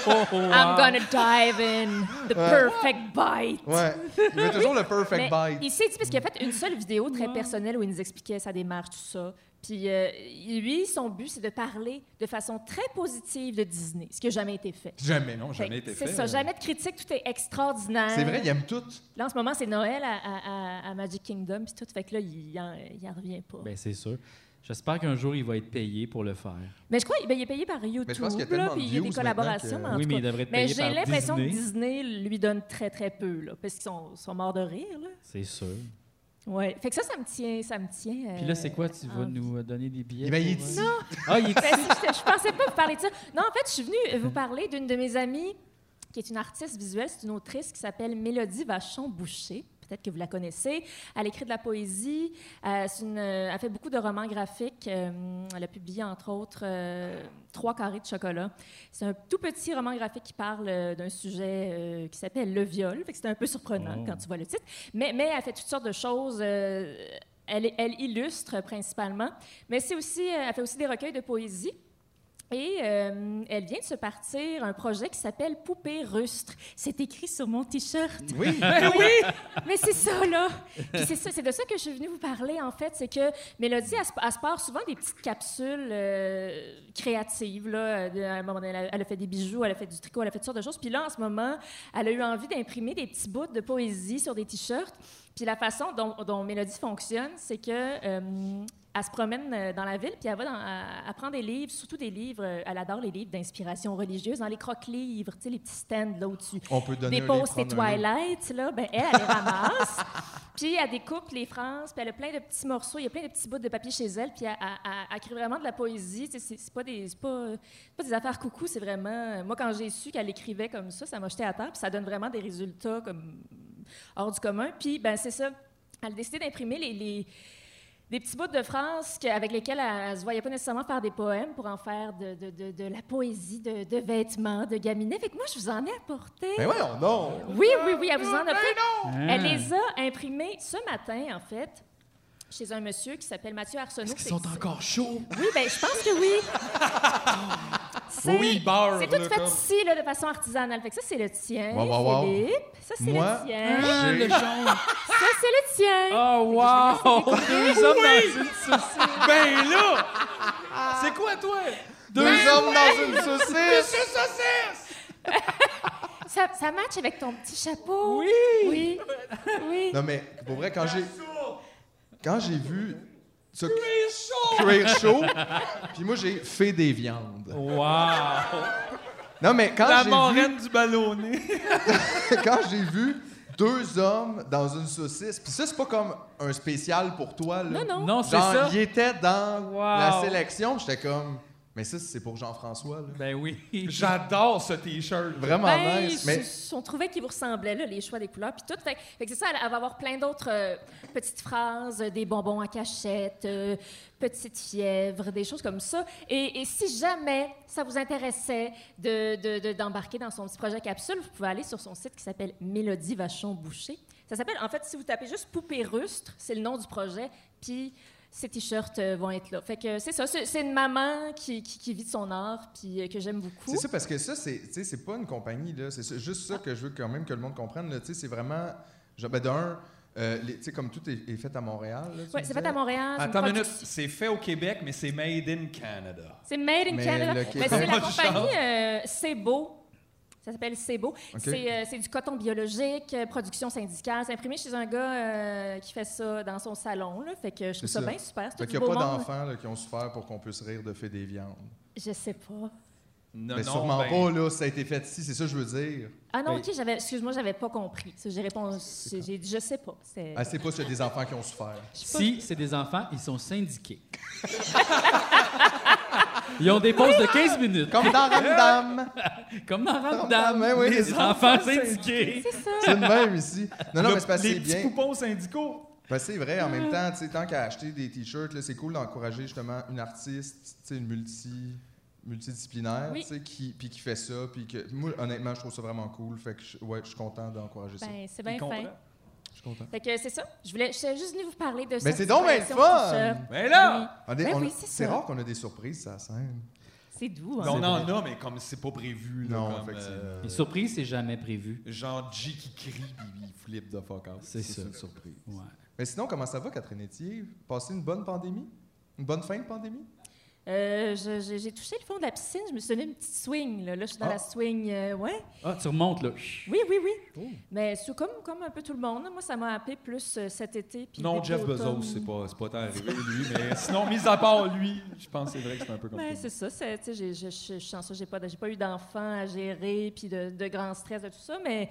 I'm gonna dive in the perfect bite. Ouais. Il veut toujours le perfect Mais bite. Il sait, parce qu'il a fait une seule vidéo très personnelle où il nous expliquait sa démarche, tout ça. Puis euh, lui, son but, c'est de parler de façon très positive de Disney, ce qui n'a jamais été fait. Jamais, non, Fait jamais que été c'est fait. ça, jamais de critique, tout est extraordinaire. C'est vrai, il aime tout. Là, en ce moment, c'est Noël à, à- à- à Magic Kingdom, puis tout. Fait que là, il n'en revient pas. Ben, c'est sûr. J'espère qu'un jour, il va être payé pour le faire. Mais je crois qu'il ben, il est payé par YouTube. Mais je pense qu'il y a là, tellement puis de il y a views des collaborations. maintenant que- en oui, tout mais cas. il devrait être Mais payé j'ai par l'impression que Disney. Disney lui donne très, très peu, là, parce qu'ils sont, sont morts de rire. Là. C'est sûr. Ouais. Fait que ça, ça me tient. Ça me tient Puis là, c'est quoi? Tu euh, vas en vie. nous euh, donner des billets? Ben, il pour, est euh, Ah, il est Ben, si, je, je pensais pas vous parler de ça. Non, en fait, je suis venue euh, vous parler d'une de mes amies qui est une artiste visuelle, c'est une autrice qui s'appelle Mélodie Vachon-Boucher. Peut-être que vous la connaissez. Elle écrit de la poésie. euh, c'est une, euh, elle fait beaucoup de romans graphiques. euh, elle a publié, entre autres, euh, Trois carrés de chocolat. C'est un tout petit roman graphique qui parle euh, d'un sujet euh, qui s'appelle le viol. Fait que c'est un peu surprenant Oh. quand tu vois le titre. Mais, mais elle fait toutes sortes de choses. euh, elle, elle illustre principalement. Mais c'est aussi, euh, elle fait aussi des recueils de poésie. Et euh, elle vient de se partir un projet qui s'appelle Poupée rustre. C'est écrit sur mon t-shirt. Ben Oui. Mais c'est ça, là. Puis c'est ça, c'est de ça que je suis venue vous parler, en fait. C'est que Mélodie, elle, se- elle se part souvent des petites capsules euh, créatives, là. De- à un moment donné, elle, a- elle a fait des bijoux, elle a fait du tricot, elle a fait toutes sortes de choses. Puis là, en ce moment, elle a eu envie d'imprimer des petits bouts de poésie sur des t-shirts. Puis la façon dont, dont Mélodie fonctionne, c'est que... euh, elle se promène euh, dans la ville, puis elle va dans, elle- elle prend des livres, surtout des livres, euh, elle adore les livres d'inspiration religieuse, dans les croque-livres, tu sais, les petits stands là où tu, On peut donner un livre, dépose tes prendre un livre. Twilight, là, ben elle, elle les ramasse. puis elle découpe les frances, puis elle a plein de petits morceaux, il y a plein de petits bouts de papier chez elle, puis elle, elle- elle- elle crée vraiment de la poésie. Tu sais, C'est c'est pas, des- c'est pas, c'est pas des affaires coucou, c'est vraiment... Moi, quand j'ai su qu'elle écrivait comme ça, ça m'a jeté à terre, puis ça donne vraiment des résultats comme hors du commun. Puis, ben c'est ça, elle a décidé d'imprimer les... les- des petits bouts de France que- avec lesquels elle, ne se voyait pas nécessairement faire des poèmes pour en faire de, de- de- de la poésie, de, de vêtements, de gaminets. Fait que moi, je vous en ai apporté. Mais voyons donc. ben Oui, oui, oui, elle vous en a fait. Ah. Elle les a imprimés ce matin, en fait. chez un monsieur qui s'appelle Mathieu Arsenault. Ils sont C'est- encore chauds. Oui, ben je pense que oui. C'est- Oui, il beurre, C'est tout là, fait comme. ici, là, de façon artisanale. Fait que ça, c'est le tien, Wow, wow, wow. Philippe. Ça, c'est Moi, le tien. Ah, le jaune. Ça, c'est le tien. Ah. Oh, wow! Deux hommes dans une saucisse. Ben là! C'est quoi, toi? Deux hommes dans une saucisse! Ça, ça match avec ton petit chapeau. Oui! Oui. Oui. Non, mais pour vrai, quand j'ai. Quand j'ai vu ça chaud! cuire chaud, puis moi, j'ai fait des viandes. Wow! Non, mais quand La j'ai vu, moraine du ballonnet. quand j'ai vu deux hommes dans une saucisse, puis ça, c'est pas comme un spécial pour toi, là. Non, non. Non, c'est Genre, ça. il était dans Wow. la sélection, j'étais comme. Mais ça, c'est pour Jean-François, là. Ben oui. J'adore ce T-shirt. Vraiment Ben, nice. je- Mais On trouvait qu'ils vous ressemblaient, là, les choix des couleurs, puis tout. Fait, que- fait que c'est ça, elle, elle va avoir plein d'autres euh, petites phrases, euh, des bonbons à cachette, euh, petites fièvres, des choses comme ça. Et, et si jamais ça vous intéressait de- de- de- d'embarquer dans son petit projet capsule, vous pouvez aller sur son site qui s'appelle Mélodie Vachon Boucher. Ça s'appelle, en fait, si vous tapez juste Poupée Rustre, c'est le nom du projet, puis ces t-shirts euh, vont être là. Fait que euh, c'est ça, c'est c'est une maman qui, qui, qui vit de son art, puis euh, que j'aime beaucoup. C'est ça, parce que ça, c'est, tu sais, c'est pas une compagnie, là. C'est ça- juste Ah. ça que je veux quand même que le monde comprenne, là. Tu sais, c'est vraiment... Genre, ben, d'un, euh, les- tu sais, comme tout est, est fait à Montréal, là, tu Ouais, me c'est fait disais. à Montréal. c'est une Attends une minute. production- C'est fait au Québec, mais c'est made in Canada. C'est Made in Mais Canada. le Mais Québec- c'est la Moi, je compagnie euh, C'est Beau. Ça s'appelle C'est Beau. Ok. C'est, euh, c'est du coton biologique, euh, production syndicale. C'est imprimé chez un gars euh, qui fait ça dans son salon. Là. Fait que je C'est trouve ça, ça. bien super. C'est Fait tout qu'il du n'y a beau pas monde. d'enfants là, qui ont souffert pour qu'on puisse rire de fait des viandes. Je sais pas. Non, Mais sûrement ben, pas, là, ça a été fait ici, c'est ça que je veux dire. Ah non, Ben- OK, j'avais, excuse-moi, j'avais pas compris. Ça, J'ai répondu, j'ai dit, je sais pas. C'est- Ah, c'est pas s'il y a des enfants qui ont souffert. je sais pas. Si c'est des enfants, ils sont syndiqués. Ils ont des pauses de 15 minutes. Comme dans Ramdam! Comme dans Ramdam. Ramdam, hein, oui, les les enfants syndiqués. C'est ça. c'est le même ici. Non, non, le- mais c'est parce que les c'est petits bien. coupons syndicaux. Ben, c'est vrai, en même Ah. temps, tu sais, tant qu'à acheter des t-shirts, là, c'est cool d'encourager justement une artiste, tu sais, une multi multidisciplinaire, Oui. tu sais, qui puis qui fait ça, puis que moi honnêtement, je trouve ça vraiment cool, fait que je, ouais, je suis content d'encourager ça. Ben, c'est Il bien fin. comprend. Je suis content. Fait que c'est ça. Je voulais, je voulais juste venir vous parler de ça. c'est donc bien le fun! Mais là! On est- Ben on- oui, c'est c'est ça. rare qu'on a des surprises à la scène. C'est doux, hein? Mais on en a, mais comme c'est pas prévu. Là, Non, comme, effectivement. euh, Une surprise, c'est jamais prévu. genre G qui crie, puis il flippe de fuck out. C'est ça. une surprise. Ouais. Mais sinon, comment ça va, Catherine Etier? Passez une bonne pandémie? Une bonne fin de pandémie? Euh, je- je- J'ai touché le fond de la piscine, je me suis donné une petite swing. Là, Là, je suis dans Ah. la swing, euh, ouais. Ah, tu remontes, là. Chut. Oui, oui, oui. Mais c'est comme, comme un peu tout le monde. Moi, ça m'a happé plus euh, cet été. puis Non, début Jeff automne. Bezos, c'est pas, c'est pas tant arrivé, lui, mais sinon, mis à part lui, je pense que c'est vrai que c'est un peu comme Mais ça. c'est ça, c'est- tu sais, j'ai- je je suis chanceuse, j'ai pas, de- j'ai pas eu d'enfants à gérer, puis de, de grands stress, de tout ça, mais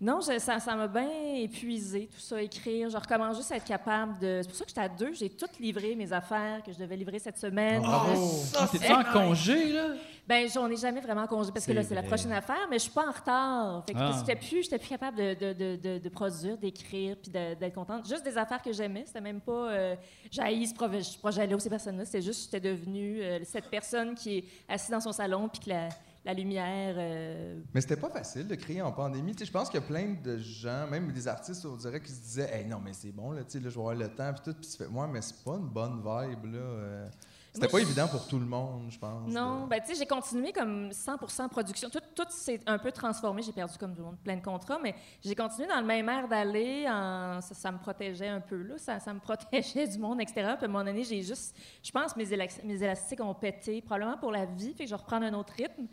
non, je- ça ça m'a bien épuisé, tout ça, écrire. Je recommence juste à être capable de... C'est pour ça que j'étais à deux, j'ai toutes livré mes affaires que je devais livrer cette semaine. Ah, ça, T'es-tu en congé, là? Ben, j'en ai jamais vraiment congé parce que là, C'est c'est la vrai. prochaine affaire, mais je suis pas en retard. Fait que Ah. parce que j'étais plus, j'étais plus capable de, de- de- de- de produire, d'écrire, puis de- d'être contente. Juste des affaires que j'aimais. C'était même pas. Euh, J'haïs ce projet- ce projet-là ou ces personnes-là. C'était juste, j'étais devenue euh, cette personne qui est assise dans son salon, puis que la, la lumière. euh, Mais c'était pas facile de créer en pandémie. Tu sais, je pense qu'il y a plein de gens, même des artistes, on dirait, qui se disaient Hey, non, mais c'est bon, là, tu sais, là, je vais avoir le temps, puis tout. Puis tu fais Moi, mais c'est pas une bonne vibe, là. euh. C'était Moi, pas je- évident pour tout le monde, je pense. Non, de- ben tu sais, j'ai continué comme 100% production. Tout, tout s'est un peu transformé. J'ai perdu comme tout le monde plein de contrats, mais j'ai continué dans le même air d'aller. en- Ça, ça me protégeait un peu là. Ça, ça me protégeait du monde extérieur. Puis à un moment donné, j'ai juste, je pense, mes, élax- mes élastiques ont pété, probablement pour la vie. Fait que je vais reprendre un autre rythme.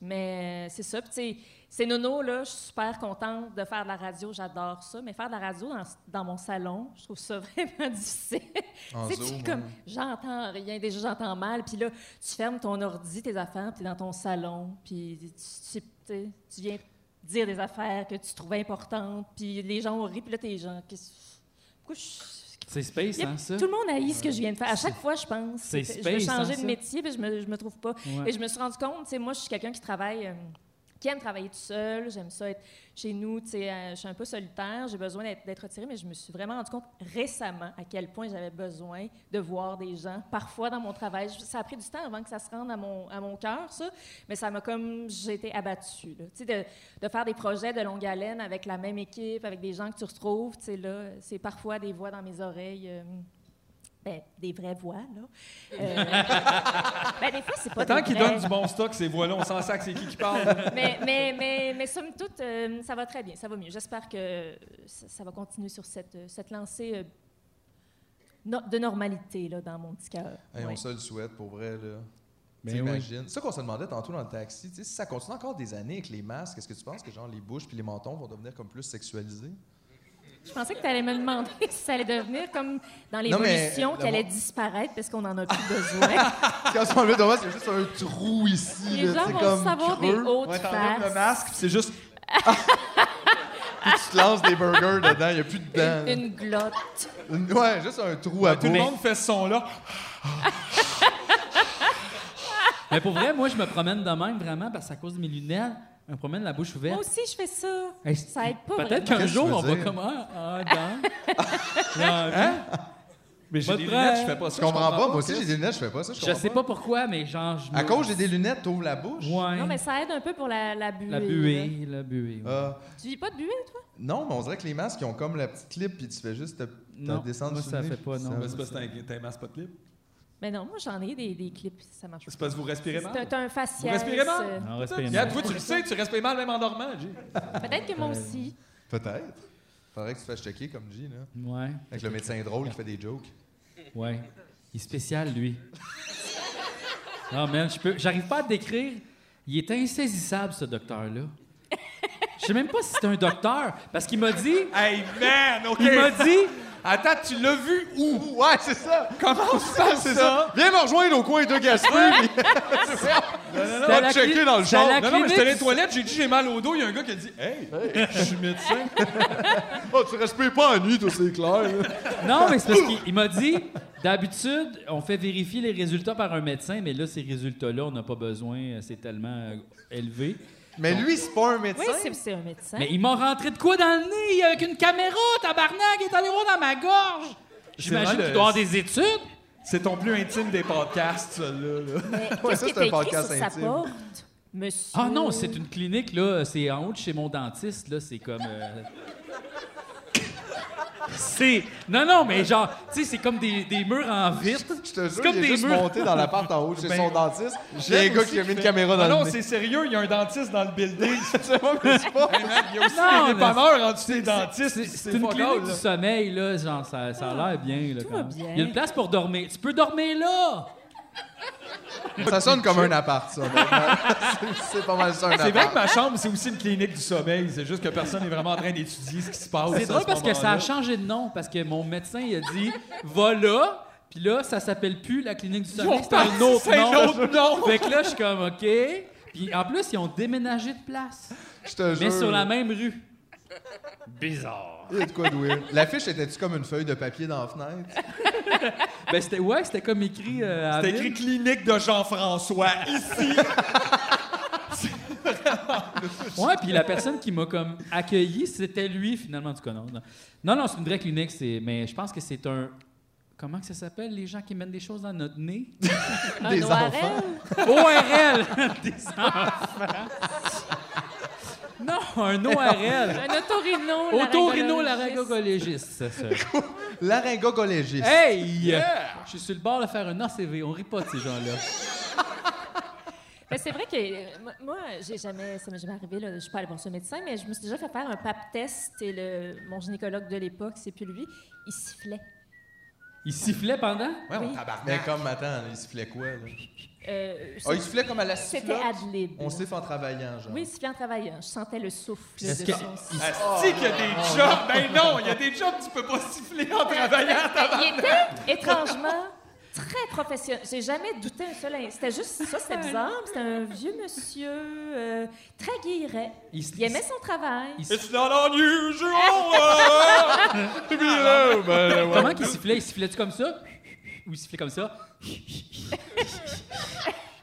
Mais euh, c'est ça. Puis, tu sais, c'est nono, là. Je suis super contente de faire de la radio. J'adore ça. Mais faire de la radio dans, dans mon salon, je trouve ça vraiment difficile. En Tu sais, tu Zoom, hein. es comme, ouais. j'entends rien. Déjà, j'entends mal. Puis là, tu fermes ton ordi, tes affaires, puis t'es dans ton salon. Puis tu, tu- tu sais, tu viens dire des affaires que tu trouves importantes. Puis les gens ont ri. Puis là, t'es gens. qu'est-ce- Pourquoi je C'est space, Yep, hein, ça? tout le monde haït ce que je viens de faire. À chaque fois, je pense. c'est Je veux space, changer hein, de ça? métier, mais je me, je me trouve pas. Ouais. Et je me suis rendu compte, tu sais, moi, je suis quelqu'un qui travaille, euh, qui aime travailler tout seul. J'aime ça être chez nous, tu sais, euh, je suis un peu solitaire, j'ai besoin d'être d'être retirée, mais je me suis vraiment rendu compte récemment à quel point j'avais besoin de voir des gens, parfois dans mon travail. Je- Ça a pris du temps avant que ça se rende à mon, à mon cœur, ça, mais ça m'a comme, j'ai été abattue, là. Tu sais, de, de faire des projets de longue haleine avec la même équipe, avec des gens que tu retrouves, tu sais, là, c'est parfois des voix dans mes oreilles. euh, Ben, des vraies voix, là. Euh, ben, des fois, c'est pas Tant des qu'ils vraies- donnent du bon stock, ces voix-là, on s'en sac, c'est qui qui parle. mais, mais, mais, mais somme toute, euh, ça va très bien, ça va mieux. J'espère que euh, ça, ça va continuer sur cette, euh, cette lancée euh, no- de normalité là, dans mon petit cœur. Hey, Ouais. On se le souhaite pour vrai, là. Ben T'imagines? C'est ça qu'on se demandait tantôt dans le taxi. tu sais, Si ça continue encore des années avec les masques, est-ce que tu penses que genre les bouches puis les mentons vont devenir comme plus sexualisés? Je pensais que tu allais me demander si ça allait devenir comme dans Non, mais, l'évolution, euh, qu'elle allait d'abord- disparaître parce qu'on en a plus besoin. Quand on enlève ton masque, il y a juste un trou ici. Les là, gens c'est vont comme savoir des creux. hautes Ouais, t'enlèves faces. le masque, puis c'est juste... puis tu te lances des burgers dedans, il n'y a plus de dents. là. une, une glotte. Une- Ouais, juste un trou à Tout bout. le monde fait ce son-là. Mais pour vrai, moi, je me promène de même vraiment parce qu'à cause de mes lunettes, je me promène la bouche Moi ouverte. aussi, je fais ça. Hey, c'est- Ça aide pas Peut-être vraiment. qu'un Qu'est-ce jour, que tu on veux va dire? comme. Ah, ah, dans. Dans la vie. Mais j'ai Votre des lunettes, euh, je fais pas ça. Je comprends pas, moi Chris. aussi j'ai des lunettes, je fais pas ça. Je sais pas pourquoi, mais genre. Je À me- cause j'ai des lunettes, t'ouvres la bouche? Ouais. Non, mais ça aide un peu pour la, la buée. La buée, la buée. ouais. Ah, là. Tu vis pas de buée, toi? non, mais on dirait que les masques, ils ont comme la petite clip, puis tu fais juste te, te Non, descendre moi, sur ça le nez, fait pas, puis non. ça- Mais C'est parce que t'as un- t'as un masque pas de clip. Mais non, moi, j'en ai des, des clips, ça marche pas. C'est parce que vous respirez mal. C'est un- un faciès. respirez mal? euh, Non, respire une Regarde, minute. toi, tu le sais, tu respires mal même en dormant. Jay. Peut-être que moi aussi. Peut-être. Faudrait que tu te fasses checker comme G, là. Ouais, Avec le médecin drôle qui fait des jokes. ouais. Il est spécial, lui. Non, man, je peux. J'arrive pas à te décrire. Il est insaisissable, ce docteur-là. Je sais même pas si c'est un docteur, parce qu'il m'a dit. Hey man, ok. Il m'a dit. Attends, tu l'as vu où? Ouais, c'est ça! Comment ça, C'est ça! Viens me rejoindre au coin de Gaspé! C'était à la checker cli- dans le c'était à la char. Non, non, mais j'étais clinique. dans les toilettes, j'ai dit j'ai mal au dos, il y a un gars qui a dit Hey, je suis médecin. oh, tu respectes pas à nuit, toi, c'est clair. Non, mais c'est parce qu'il il m'a dit, d'habitude, on fait vérifier les résultats par un médecin, mais là, ces résultats-là, on n'a pas besoin, euh, c'est tellement euh, élevé. Mais lui, c'est pas un Oui, médecin. c'est- c'est un médecin. Mais ils m'ont rentré de quoi dans le nez euh, avec une caméra, tabarnak, il est allé voir dans ma gorge. J'imagine vrai, qu'il le- doit avoir des études. C'est ton plus intime des podcasts, celui-là. là. Mais Ouais, qu'est-ce ça, qui c'est un est écrit sur podcast sa intime. porte, monsieur? Ah non, c'est une clinique, là, c'est en haut de chez mon dentiste, là, c'est comme... euh, C'est. Non, non, mais genre, tu sais, c'est comme des, des murs en vitre. Je te C'est jure, comme il est des juste murs. monté dans l'appart en haut chez Ben, son dentiste. J'ai un gars qui a mis une caméra Non, dans Ah non, le nez. c'est sérieux, il y a un dentiste dans le building. Ah, C'est moi, mais c'est pas... Il y a aussi Non, mais- des dépanneurs en dessous des C'est- dentistes. C'est une pas clinique grave, du là. sommeil, là. Genre, ça, ça a l'air bien, là. Tout quand va même. bien. Il y a une place pour dormir. Tu peux dormir là! Ça sonne comme un appart, ça. honnêtement. C'est- c'est pas mal ça, un appart. C'est vrai que ma chambre, c'est aussi une clinique du sommeil. C'est juste que personne n'est vraiment en train d'étudier ce qui se passe. à C'est ce drôle parce que ça moment-là. a changé de nom, parce que mon médecin, il a dit Va là, puis là, ça s'appelle plus la clinique du sommeil, c'est un autre C'est un nom. autre nom. Fait que là, je suis comme OK. Puis en plus, ils ont déménagé de place, Je te jure. mais sur la même rue. Il y a de quoi de weird. L'affiche était-tu comme une feuille de papier dans la fenêtre? Ben, c'était, ouais, c'était comme écrit euh, à C'est ville. écrit clinique de Jean-François. Ah. Ici. Ouais, puis la personne qui m'a comme accueilli, c'était lui finalement du connard. Non, non, non, c'est une vraie clinique, c'est mais je pense que c'est un comment que ça s'appelle les gens qui mènent des choses dans notre nez Un des ORL? ORL des enfants. Non, un ORL. Un otorino. Autorino laryngologiste. laryngologiste, ça. ça. Laryngologolégiste. Hey, je suis sur le bord de faire un ACV, on rit pas de ces gens-là. Ben, c'est vrai que euh, moi- moi, j'ai jamais, ça m'est jamais arrivé, là, je suis pas allée voir ce médecin, mais je me suis déjà fait faire un pap test et le, mon gynécologue de l'époque, c'est plus lui, il sifflait. Il sifflait pendant Ouais, on Oui. tabarnak. Mais comme, attends, il sifflait quoi, là? Euh, Ah, il sifflait comme à la C'était sifflait. ad lib. On siffle en travaillant, genre. Oui, il sifflait en travaillant. Je sentais le souffle Est-ce de que- son sifflet. Tu qu'il y a des jobs. Ben non, il y a des jobs que tu peux pas siffler en travaillant. Il était étrangement très professionnel. J'ai jamais douté un seul instant. C'était juste ça, c'était bizarre. mais C'était un vieux monsieur euh, très guilleret. Il s- Il aimait son travail. il s- It's not unusual. uh, to be alone, but, uh, Comment qu'il sifflait Il sifflait-tu comme ça Ou il sifflait comme ça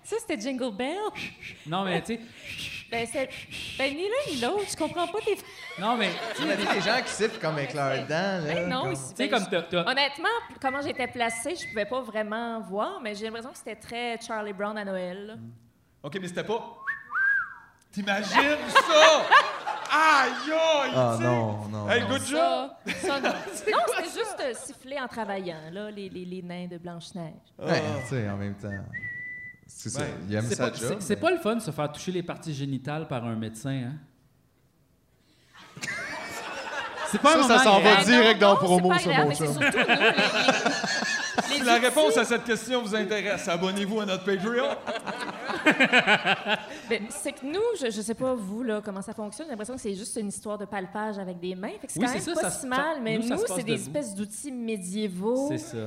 Ça, c'était Jingle Bell. Non, mais tu sais, Ben, c'est- ben, ni l'un ni l'autre. Je comprends pas tes. non, mais Il y a des gens qui sifflent comme avec leurs dents, là. non, comme- il Tu sais, comme t'as- t'as- Honnêtement, p- comment j'étais placée, je pouvais pas vraiment voir, mais j'ai l'impression que c'était très Charlie Brown à Noël. là. OK, mais c'était pas. T'imagines ça? Aïe, aïe! Ah tu sais. non, non. Hey, non. good job! Ça, ça, non, Non, c'était juste euh, siffler en travaillant, là, les, les, les nains de Blanche-Neige. Ouais, tu sais, en même temps. C'est ça. Il aime C'est sa pas, job. c'est- c'est pas le fun de se faire toucher les parties génitales par un médecin, hein? C'est pas un Ça, moment ça s'en va agréable. dire- Direct dans Ah, non, promo, c'est ça, pas agréable, mon mais c'est chum. surtout nous, les- les- les Si la outils- réponse à cette question vous intéresse, abonnez-vous à notre Patreon. Ben, c'est que nous, je, je sais pas vous là, comment ça fonctionne, j'ai l'impression que c'est juste une histoire de palpage avec des mains. Fait que c'est Oui, quand même c'est ça, pas ça- si ça- mal, mais nous, nous, ça se passe c'est des debout. espèces d'outils médiévaux, C'est ça.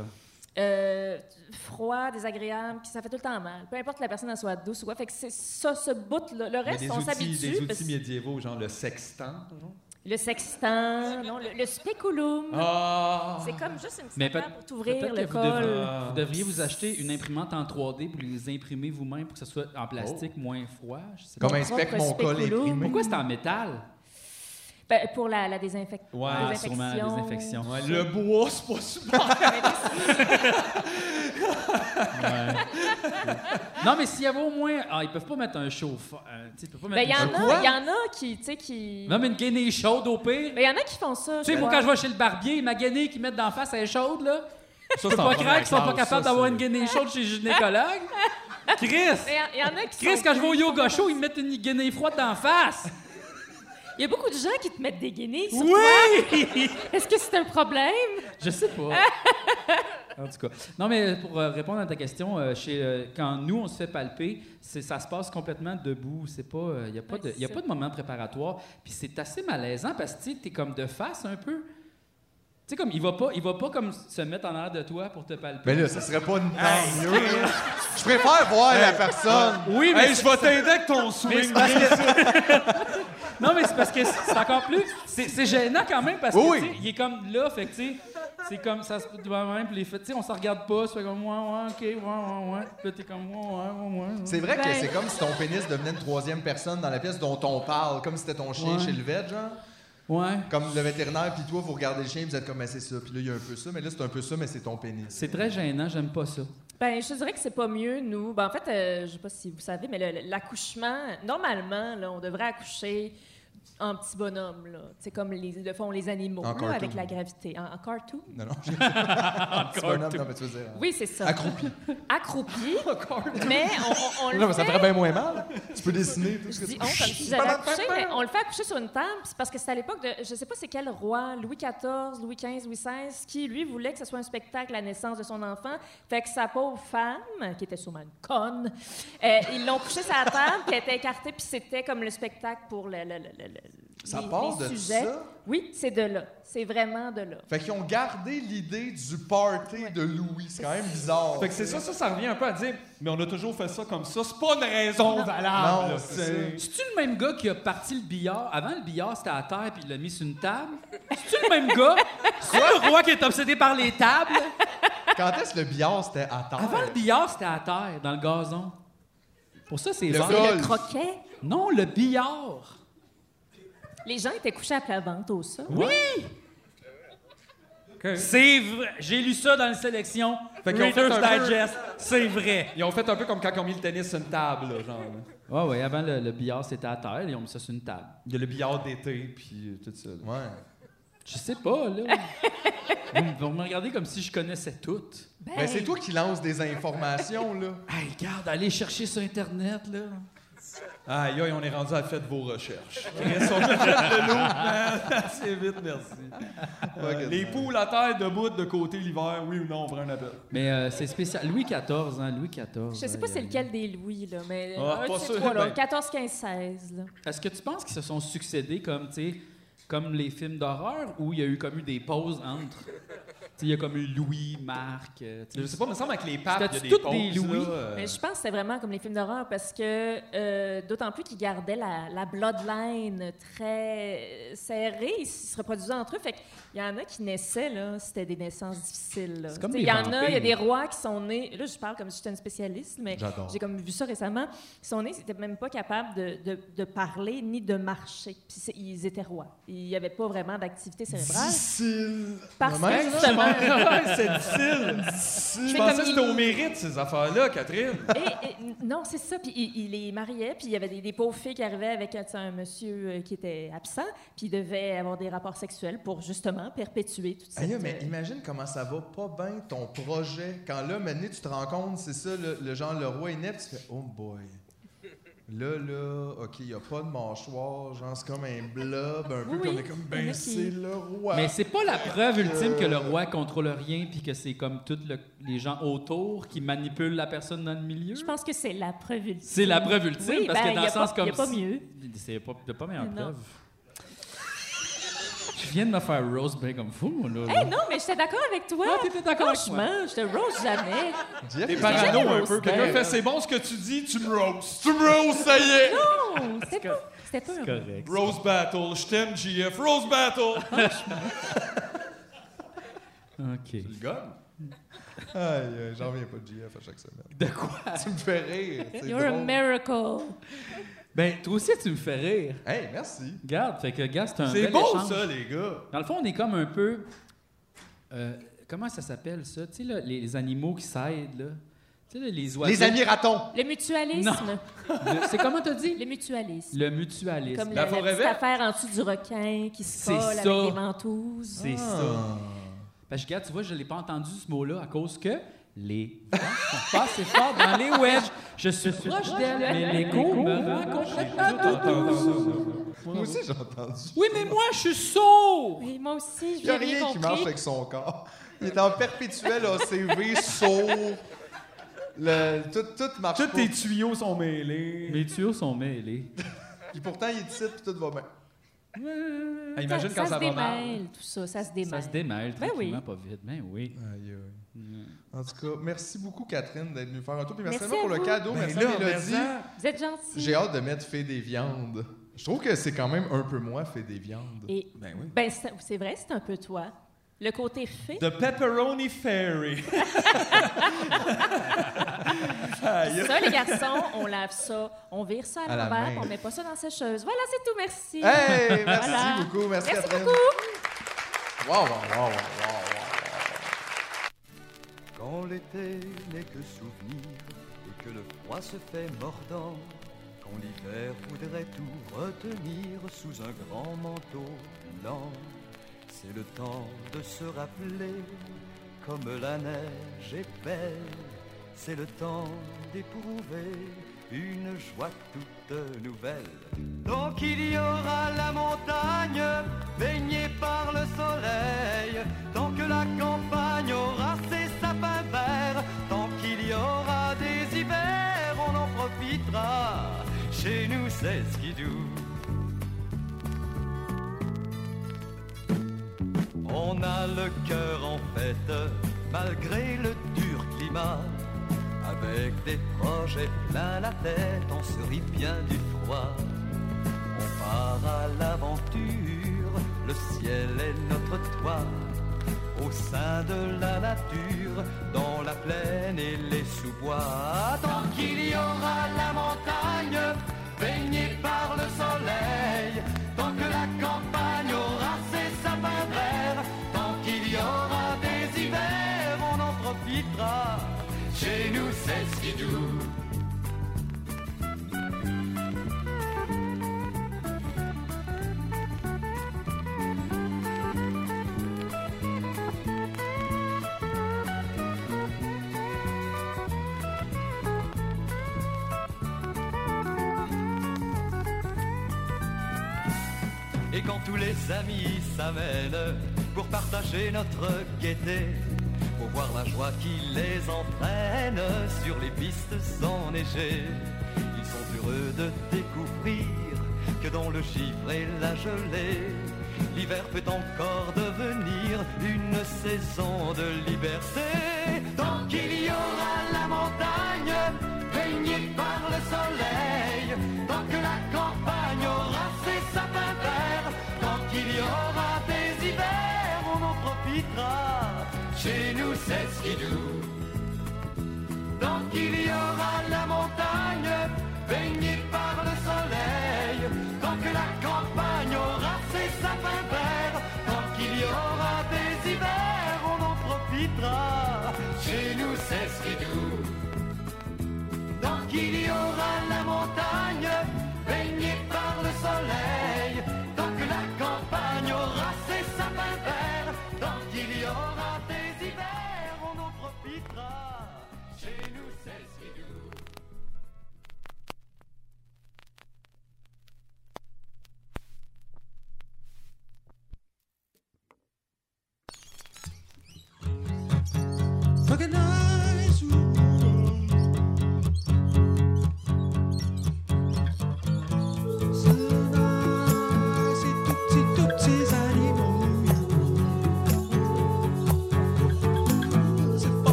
euh, froids, désagréables, qui ça fait tout le temps mal. Peu importe que la personne elle soit douce ou quoi. Fait que c'est ça, ce bout là. Le Mais reste, des on outils, des s'habitue. parce- outils médiévaux, genre le sextant. Le sextant, non, le, le spéculum. Ah! C'est comme juste une petite Mais peut- affaire pour t'ouvrir peut-être que le vous devriez, col. vous devriez vous acheter une imprimante en 3D pour les imprimer vous-même pour que ce soit en plastique moins froid. je sais pas. Comme inspecte propre mon col spéculo. imprimé. Pourquoi c'est en métal? Ben, pour la, la désinfec- Ouais, désinfection. sûrement la désinfection. Le bois, c'est pas super. Ouais. non, mais s'il y avait au moins. Ah, ils peuvent pas mettre un chauffeur. euh, tu sais, ils peuvent pas Ben, il mettre y un en a, il y en a qui, tu sais, qui. Non, mais une guinée chaude au pire. Ben, il y en a qui font ça. Tu sais, je moi, crois. quand je vais chez le barbier, ma guinée qu'ils mettent d'en face, elle est chaude, là. Ça, Je peux en pas première craindre qu'ils sont pas classe, capables ça, d'avoir c'est- une guinée chaude chez le gynécologue. Mais Chris! Il Ben, y, en a qui. Chris, sont- quand je vais au yoga show, ils me mettent une guinée froide d'en face! Il y a beaucoup de gens qui te mettent des guenilles. sur Oui! toi. Est-ce que c'est un problème? Je sais pas. En tout cas. Non, mais pour euh, répondre à ta question, euh, chez, euh, quand nous, on se fait palper, c'est- ça se passe complètement debout. C'est pas, il n'y a, pas Ouais, de- c'est y a ça. pas de moment préparatoire. Puis c'est assez malaisant parce que tu es comme de face un peu. Tu sais, comme, il va pas, il va pas comme se mettre en l'air de toi pour te palper. Mais là, ça serait pas une tant mieux. là. Je préfère voir la personne. oui, mais Hey, je vais t'aider avec ton Mais swing. c'est parce que- non, mais c'est parce que c'est c'est encore plus. C'est c'est gênant quand même parce que Oui, oui. tu sais, il est comme là, fait que tu sais, c'est comme ça se peut devant même, puis les faits, tu sais, on se regarde pas, c'est comme ouais, ouais, ok, ouais, ouais, ouais. Puis là, t'es comme ouais, ouais, ouais, ouais. C'est vrai que Ouais. c'est comme si ton pénis devenait une troisième personne dans la pièce dont on parle, comme si c'était ton chien Ouais. chez le vet, genre. Ouais. Comme le vétérinaire, puis toi, vous regardez le chien, vous êtes comme, mais c'est ça, puis là, il y a un peu ça, mais là, c'est un peu ça, mais c'est ton pénis. C'est très gênant, j'aime pas ça. Ben, je te dirais que c'est pas mieux, nous. Ben, en fait, euh, je sais pas si vous savez, mais le- le- l'accouchement, normalement, là, on devrait accoucher en petit bonhomme, là. C'est comme les, le font les animaux, En là, cartoon. avec la gravité. En, en cartoon? Non, non, j'ai un petit bonhomme, non, mais tu veux dire. hein. Oui, c'est ça. Accroupi. Accroupi. mais on, on, on le Non, mais ça fait- ferait bien moins mal. Tu peux dessiner tout ce Je que tu dis on comme si j'allais accoucher, mais on le fait accoucher sur une table, c'est parce que c'est à l'époque de, je sais pas c'est quel roi, Louis XIV, Louis XV, Louis XVI, qui lui voulait que ce soit un spectacle la naissance de son enfant, fait que sa pauvre femme, qui était sûrement une conne, euh, ils l'ont couchée sur la table, puis elle était écartée, puis c'était comme le spectacle pour le, le- le- le- le- Ça les, part les de sujets. ça? Oui, c'est de là, c'est vraiment de là. Fait qu'ils ont gardé l'idée du party de Louis. C'est quand même bizarre. Fait que c'est ça, ça, ça revient un peu à dire, mais on a toujours fait ça comme ça. C'est pas une raison valable. Non, là, c'est c'est- C'est-tu le même gars qui a parti le billard? Avant, le billard, c'était à terre, puis il l'a mis sur une table. C'est-tu le même gars? C'est le roi qui est obsédé par les tables? Quand est-ce que le billard, c'était à terre? Avant, le billard, c'était à terre, dans le gazon. Pour ça, c'est Le vert. golf. Le croquet, Non, le billard. les gens étaient couchés à plat ventre au sol. Oui! C'est vrai. J'ai lu ça dans la sélection. Fait qu'ils ont fait Reader's un peu- Digest. C'est vrai. Ils ont fait un peu comme quand ils ont mis le tennis sur une table, là, genre. là. Ouais, ouais, avant le, le billard, c'était à terre. Ils ont mis ça sur une table. Il y a le billard d'été, puis euh, tout ça. là. Ouais. Je sais pas, là. vous, me- vous me regardez comme si je connaissais tout. Ben, Mais c'est toi qui lance des informations, là. Hey, regarde, allez chercher sur Internet, là. Aïe, aïe, on est rendu à faites vos recherches. Chris, on achète de l'eau, man. assez vite, merci. Euh, les poules à terre debout de côté l'hiver, oui ou non, on prend un appel. Mais euh, c'est spécial. Louis XIV, hein, Louis XIV. Je sais pas hein, c'est il- lequel des Louis, là, mais Ah, un de pas ces sûr, trois, là, ben. 14, 15, 16, là. Est-ce que tu penses qu'ils se sont succédés comme, tu sais, comme les films d'horreur ou il y a eu comme eu des pauses entre? Tu sais, il y a comme eu Louis, Marc. euh, tu sais, Je sais pas, il me semble que les papes, il y a C'était-tu des toutes pauses, des Louis? là, euh, Mais je pense que c'est vraiment comme les films d'horreur parce que euh, d'autant plus qu'ils gardaient la, la bloodline très euh, serrée, ils se reproduisaient entre eux. Fait qu'il y en a qui naissaient, là, c'était des naissances difficiles. là. C'est comme Tu sais, Il des y en a, il y a vampires. des rois qui sont nés. Là, je parle comme si j'étais une spécialiste, mais J'adore. j'ai comme vu ça récemment. Ils sont nés, ils n'étaient même pas capables de, de- de parler ni de marcher. Puis c'est- ils étaient rois. Il n'y avait pas vraiment d'activité cérébrale. Difficile. Parce Maman, que justement, c'est difficile. Je pensais Mais comme que il- c'était au mérite, ces affaires-là, Catherine. Et- et- non, c'est ça. Puis il, il les mariait, puis il y avait des, des pauvres filles qui arrivaient avec euh, tu sais, un monsieur euh, qui était absent, puis il devait avoir des rapports sexuels pour justement perpétuer toute cette... Aïe, mais euh, imagine comment ça va pas bien ton projet. Quand là, maintenant, tu te rends compte, c'est ça, le, le genre le roi est net, tu fais Oh boy. Là, là, OK, il a pas de mâchoire, genre c'est comme un blob, un peu, Oui, puis on oui, est comme il y en Ben, a qui- c'est le roi. Mais c'est pas la preuve ultime que le roi contrôle rien puis que c'est comme tous le- les gens autour qui manipulent la personne dans le milieu. Je pense que c'est la preuve ultime. C'est la preuve ultime Oui, parce ben, que dans y a le sens pas- comme y a pas si- mieux. C'est pas, y a pas meilleure Non. preuve. Je viens de me faire roast bien comme fou, moi, là. Hey, non, mais j'étais d'accord avec toi. Ah, t'étais d'accord avec moi. Franchement, je te rose jamais. Jeff, T'es il- parano jamais un peu. roasté. Quelqu'un fait c'est bon ce que tu dis, tu me roast. Tu me roast, ça y est. Non, c'était pas, c'était pas un- Correct. Rose Battle, je t'aime, GF. Rose Battle. OK. Tu le gonnes? Aïe, aïe, j'en reviens pas de JF à chaque semaine. De quoi? Tu me fais rire. c'est You're a drôle. miracle. Ben, toi aussi, tu me fais rire. Hey, merci. Regarde, fait que, gars, c'est un C'est bel beau, échange. ça, les gars. Dans le fond, on est comme un peu. euh, comment ça s'appelle ça? Tu sais, là, les, les animaux qui s'aident, là. Tu sais, là, les oiseaux. Les amis ratons. Le mutualisme. Le- C'est comment t'as dit? Le mutualisme. Le mutualisme. Comme La la, forêt petite verte. affaire en dessous du requin qui se C'est colle avec ça. les ventouses. C'est ça. Parce que, regarde, tu vois, je l'ai pas entendu ce mot-là à cause que les vents sont passés fort dans les wedges. Je suis proche d'elle, mais l'écho me rend complètement doudou. Moi aussi, j'ai entendu. Oui, mais moi, je suis sourd! Oui, moi aussi, Il n'y j'ai a rien rien qui marche compris. avec son corps. Il est en perpétuel ACV, sourd. Le, tout, tout marche Tous pas. tes tuyaux sont mêlés. Mes tuyaux sont mêlés. Puis pourtant, il est ici, puis tout va bien. Ah, imagine quand ça, Euh, se va mal. démêle, tout ça, ça se démêle. Ça se démêle Ben oui. tranquillement, pas vite. Ben oui. Aïe, aïe. En tout cas, merci beaucoup, Catherine, d'être venue faire un tour. Puis merci, Merci tellement pour à le vous. cadeau. Ben merci là, à Mélodie. mais Vous êtes gentils. J'ai hâte de mettre Fait des viandes. Je trouve que c'est quand même un peu moi, Fait des viandes. Et, Ben oui. ben, ça- c'est vrai, c'est un peu toi. Le côté fait. The Pepperoni Fairy. Ça, les garçons, on lave ça, on vire ça à, À la l'envers, main. on met pas ça dans la sécheuse. Voilà, c'est tout, merci. Hey, merci Voilà. beaucoup. Merci, Merci Catherine. Wow, wow, wow, wow, wow, Quand l'été n'est que souvenir et que le froid se fait mordant, quand l'hiver voudrait tout retenir sous un grand manteau blanc, c'est le temps de se rappeler comme la neige est belle, c'est le temps d'éprouver une joie toute nouvelle. Donc il y aura la montagne baignée par le soleil, tant que la campagne aura ses sapins verts, tant qu'il y aura des hivers, on en profitera. Chez nous c'est skidou. On a le cœur en fête, malgré le dur climat. Avec des projets plein la tête, on se rit bien du froid. On part à l'aventure, le ciel est notre toit. Au sein de la nature, dans la plaine et les sous-bois. Tant qu'il y aura la montagne, baignée par le soleil. Tant que la campagne aura ses sapins verts. Tant qu'il y aura des hivers, on en profitera. Chez nous, c'est skidou. Et quand tous les amis s'amènent pour partager notre gaieté, pour voir la joie qui les entraîne sur les pistes enneigées, ils sont heureux de découvrir que dans le givre et la gelée, l'hiver peut encore devenir une saison de liberté. Tant qu'il y aura la montagne, baignée par le soleil, tant que la campagne aura ses sapins verts, tant qu'il y aura des hivers, on en profitera. Chez nous, c'est skidou. Tant qu'il y aura la montagne, baignée par le soleil, tant que la campagne aura ses sapins verts, tant qu'il y aura des hivers, on en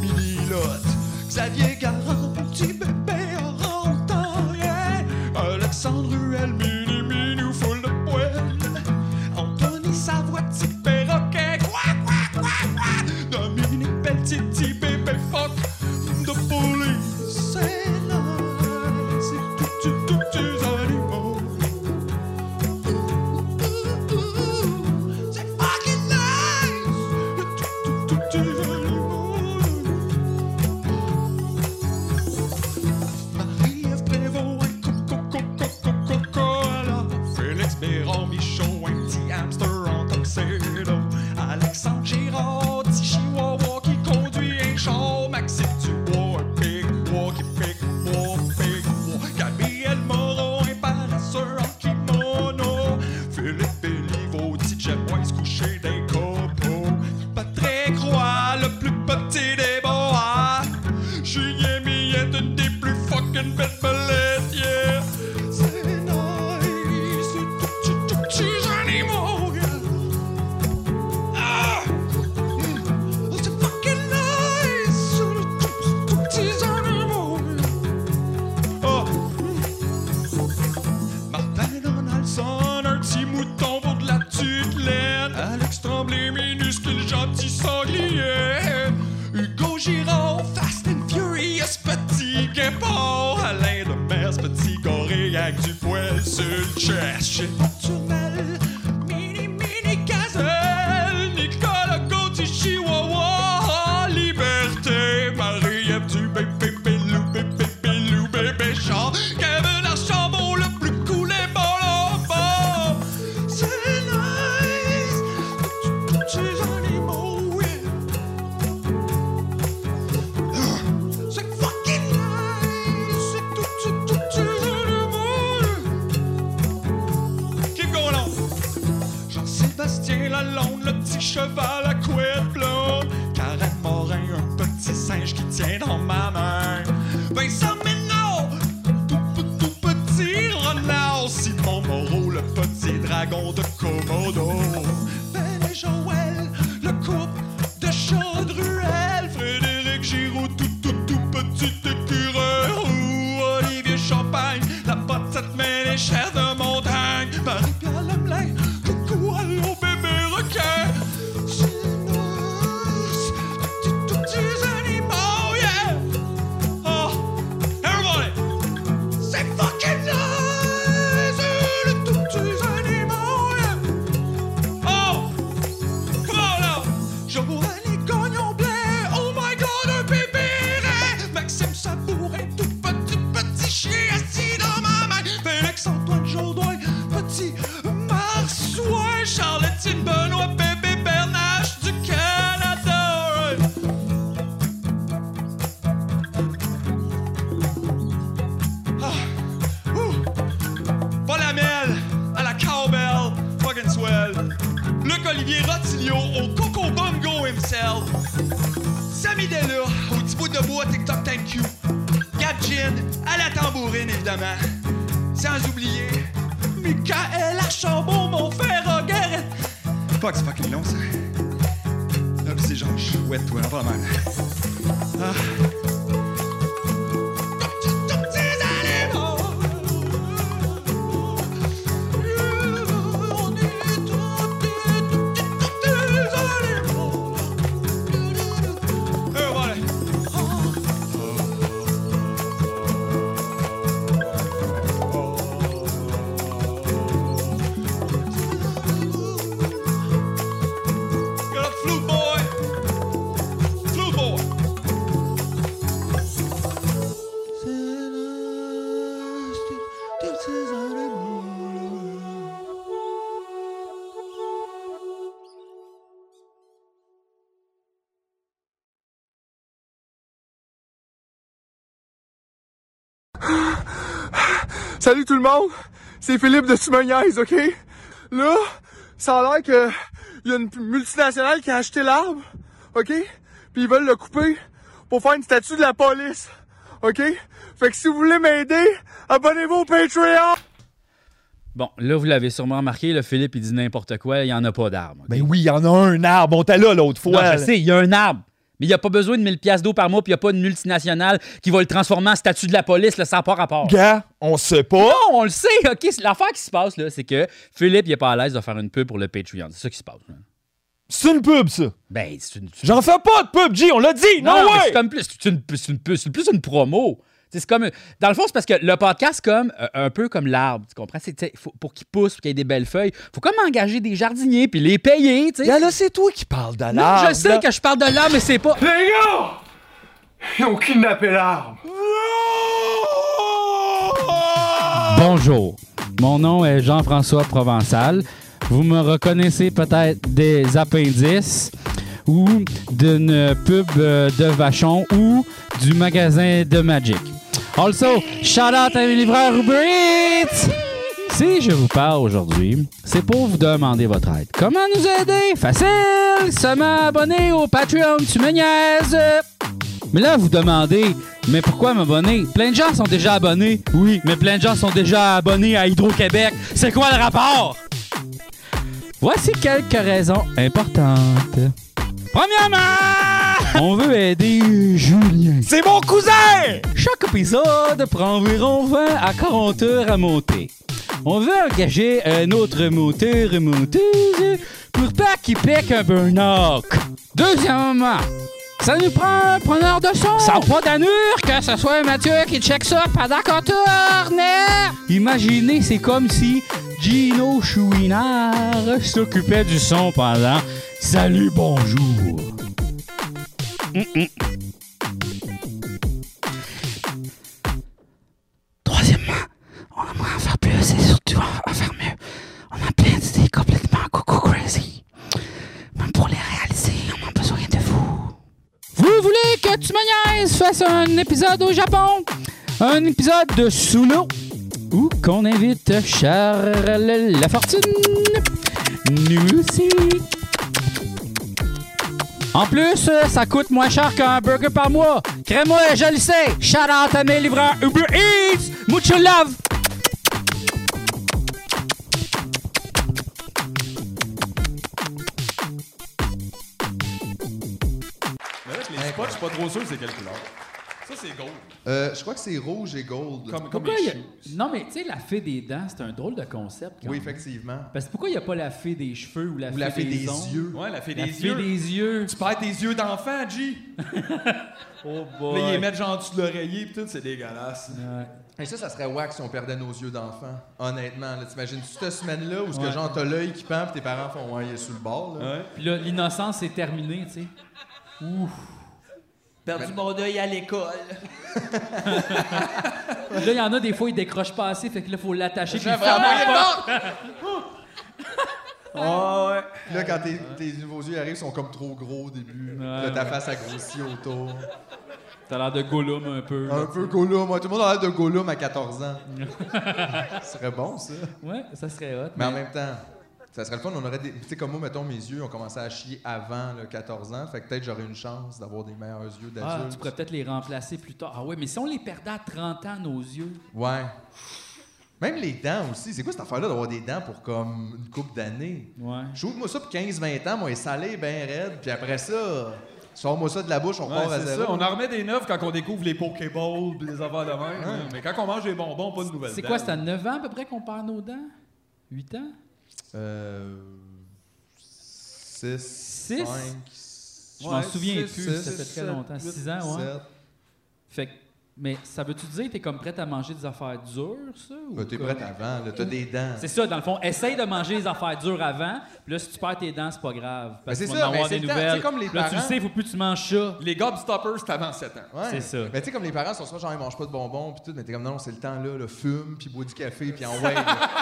pilote. Xavier Garand, petit bébé en rentrant, yeah. Alexandre Ruel, mini minou, full de poêle. Anthony Savoie, petit perroquet, quoi, quoi, quoi, quoi. Dominique Petit, petit bébé fuck de police. C'est là, c'est tout, tout, tout, tous animaux. C'est fucking nice! Tout, tout, tout, Marie-Ève Prévost, un coco, coco, coco, cola. Félix Béron, Michon, un petit hamster en tuxedo. Alexandre Girard, petit chihuahua qui conduit un char. Maxime Dubois, un pic-bois qui pique-bois, pique-bois. Camille Elmoron, un paresseux en kimono. Philippe Béliveau, petit japoise couché d'un copeau. Patrick Roy, le plus petit des boas. Julien Millet, une des plus fucking belles belettes, yeah. C'est nice, c'est tout, tout, tout, tout, animaux, yeah. Ah! Mm. C'est fucking nice, tout, tout, tout, petits animaux, yeah. Ah! Martin Donaldson, un petit mouton pour de la tutelaine. Alex Tremblay, minuscule gentil sanglier. Hugo Girard, Fast and Furious, petit guépard. Alain de Mers, petit gorille avec du poil sur le chest. Chez Turmel, mini mini gazelle. Nicolas Gauthier, Chihuahua, Liberté. Marie-Ève du bébé, bébé, bébé, bébé, bébé, chat. Kevin Archambault, le plus cool et bon là-bas. C'est nice, tous ces animaux, oui. Ah, C'est fucking nice, c'est tout, tout, tout, ces animaux. Keep going on. Jean-Sébastien Lalonde, le petit cheval à couette blonde. Karen Morin, un petit singe qui tient dans ma main. Vincent Ménard, tout, tout, tout petit renard. Simon Moreau, le petit dragon de Komodo. Ben et Joël, le couple de Chandruel. Frédéric Giroux, tout, tout, tout petit écureuil. roux. Olivier Champagne, la pote, cette main, les chairs de montagne. Marie-Pierre Lemelin, coucou, allô, bébé requin. C'est nice, tout, tout, tous animaux, yeah! Oh, everybody! C'est fucking nice! Le tout des animaux! yeah. Oh! Come on now! Je bourrais les cognons blés! Oh my god, un bébé ray! Maxime Sabour, un tout petit, petit chien assis dans ma main! Félix-Antoine Jourdain, petit marsouin! Charlottine Benoît, bébé Bernache du Canada! ouais. Ah. Paul Hamel à la cowbell, fucking swell. Luc Olivier Rotilio au Coco Bongo himself. Samy Della au petit bout de bois TikTok Thank You. Gab Gin à la tambourine évidemment. Sans oublier Michael Archambault, mon frère Guérin. Fuck, c'est fucking long ça. Hop, c'est genre chouette, toi, pas mal. Ah. Tous ces animaux. On est tous des, tous des animaux. Et voilà. Get up, flute boy. Flute boy. Salut tout le monde, c'est Philippe de Simoniaise, ok? Là, ça a l'air que il y a une multinationale qui a acheté l'arbre, ok? Puis ils veulent le couper pour faire une statue de la police, ok? Fait que si vous voulez m'aider, abonnez-vous au Patreon! Bon, là, vous l'avez sûrement remarqué, le Philippe, Ben il dit n'importe quoi, il n'y en a pas d'arbre. Ben oui, il y en a un arbre. On t'a là l'autre Non, fois. je sais, il y a un arbre. Mais il n'y a pas besoin de 1000 pièces d'eau par mois, puis il n'y a pas une multinationale qui va le transformer en statut de la police, là, ça n'a pas rapport. Gars, on sait pas. Non, on le sait, OK? C'est- L'affaire qui se passe, là, c'est que Philippe, il n'est pas à l'aise de faire une pub pour le Patreon. C'est ça qui se passe. là. C'est une pub, ça. Ben, c'est une. J'en fais pas de pub, G, on l'a dit. Non, mais ouais. C'est comme plus, c'est une, c'est une- c'est plus une promo. Tu sais, C'est comme, dans le fond, c'est parce que le podcast, comme euh, un peu comme l'arbre, tu comprends? C'est, tu sais, faut- pour qu'il pousse, pour qu'il y ait des belles feuilles, faut comme engager des jardiniers puis les payer. tu sais. là, c'est toi qui parles de Non, l'arbre, je sais là. que je parle de l'arbre, mais c'est pas. Les gars! Ils ont kidnappé l'arbre. Bonjour, mon nom est Jean-François Provençal. Vous me reconnaissez peut-être des appendices ou d'une pub euh, de Vachon ou du magasin de Magic. Also, shout out à mes livreurs Uber Eats! Si je vous parle aujourd'hui, c'est pour vous demander votre aide. Comment nous aider? Facile! Seulement abonner au Patreon, tu me niaises! Mais là, vous demandez, mais pourquoi m'abonner? Plein de gens sont déjà abonnés, oui, mais plein de gens sont déjà abonnés à Hydro-Québec. C'est quoi le rapport? Voici quelques raisons importantes. Premièrement, on veut aider Julien. C'est mon cousin! Chaque épisode prend environ 20 à 40 heures à monter. On veut engager un autre moteur et monteuse pour pas qu'il pique un burn-out. Deuxièmement, ça nous prend un preneur de son. Ça n'a pas d'annure que ce soit Mathieu qui check ça pendant qu'on tourne. Imaginez, c'est comme si Gino Chouinard s'occupait du son pendant Salut, bonjour. Mm-mm. Troisièmement, on aimerait en faire plus et surtout en, en faire mieux. On a plein d'idées complètement coco crazy. Même pour les réaliser, on a besoin de vous. Vous voulez que tu me niaises fasse un épisode au Japon? Un épisode de sous l'eau? Ou qu'on invite Charles Lafortune? Nous aussi. En plus, euh, ça coûte moins cher qu'un burger par mois. Crée-moi, je le sais. Shout out à mes livreurs Uber Eats. Mucho love. Mais avec les spots, je suis pas trop sûr c'est quelle couleur. Ça, c'est gold. Euh, je crois que c'est rouge et gold. Comme- Pourquoi il y a- Non, mais tu sais, la fée des dents, c'est un drôle de concept. quand Oui, même. effectivement. Parce que pourquoi il n'y a pas la fée des cheveux ou la, Ou la fée, fée des, des ongles? yeux. Ouais, la fée La des fée yeux. des yeux. Tu perds tes yeux d'enfant, G. Oh Là, ils les boy. mettent genre en dessous de l'oreiller, pis tout, c'est dégueulasse. Et ça, ça serait wack si on perdait nos yeux d'enfant. Honnêtement, là, t'imagines cette semaine-là où ce que genre t'as l'œil qui pend, pis tes parents font ouais, il est sur le bord. Là. Puis là, l'innocence est terminée, tu sais. Ouf. Perdu mon œil à l'école. Là, il y en a des fois, ils décrochent pas assez, fait que là, faut l'attacher. puis J'avais fermer envoyé la le porte. Ah ouais. Puis Là, quand tes, tes nouveaux yeux arrivent, ils sont comme trop gros au début. là, ta ouais. face a grossi autour. T'as l'air de Gollum un peu. là, Un tu peu Gollum. ouais. Tout le monde a l'air de Gollum à 14 ans. Ce serait bon, ça. sais. Ouais, ça serait hot. Ah. Mais en même temps, ça serait le fun. On aurait des. Tu sais, comme moi, mettons, mes yeux ont commencé à chier avant le 14 ans. Fait que peut-être j'aurais une chance d'avoir des meilleurs yeux Ah, d'adulte. tu pourrais peut-être les remplacer plus tard. Ah ouais, mais si on les perdait à 30 ans, nos yeux. Ouais. Même les dents aussi. C'est quoi cette affaire-là d'avoir des dents pour comme une coupe d'années? Ouais. Je trouve moi ça pour 15-20 ans, moi, est salé, ben raide. Puis après ça, sors-moi ça de la bouche, on Ouais, repart à c'est zéro. ça. On en remet des neufs quand on découvre les Pokéballs pis les affaires de même. hein. Mais quand on mange des bonbons, pas de nouvelles. C'est quoi, c'est ça? à 9 ans à peu près qu'on perd nos dents? 8 ans? Euh. 6. Six? 5. Je m'en Ouais, souviens six, plus, six, ça fait sept, très longtemps. huit, 6 ans, ouais. 7. Fait que- mais ça veut-tu dire que t'es comme prête à manger des affaires dures, ça? ou Bah, Ben, t'es comme- prête avant, là. T'as des dents. C'est ça, dans le fond, essaye de manger les affaires dures avant, puis là, si tu perds tes dents, c'est pas grave. Parce Mais c'est qu'on ça, va en mais avoir c'est des le temps, nouvelles. c'est comme les là, tu le parents. sais, il faut plus que tu manges ça. Les Gobstoppers, c'est avant 7 ans. Ouais. C'est ça. Mais tu sais, comme les parents sont soit genre, ils mangent pas de bonbons, puis tout, mais t'es comme, non, c'est le temps là, le fume, puis bois du café, puis envoie.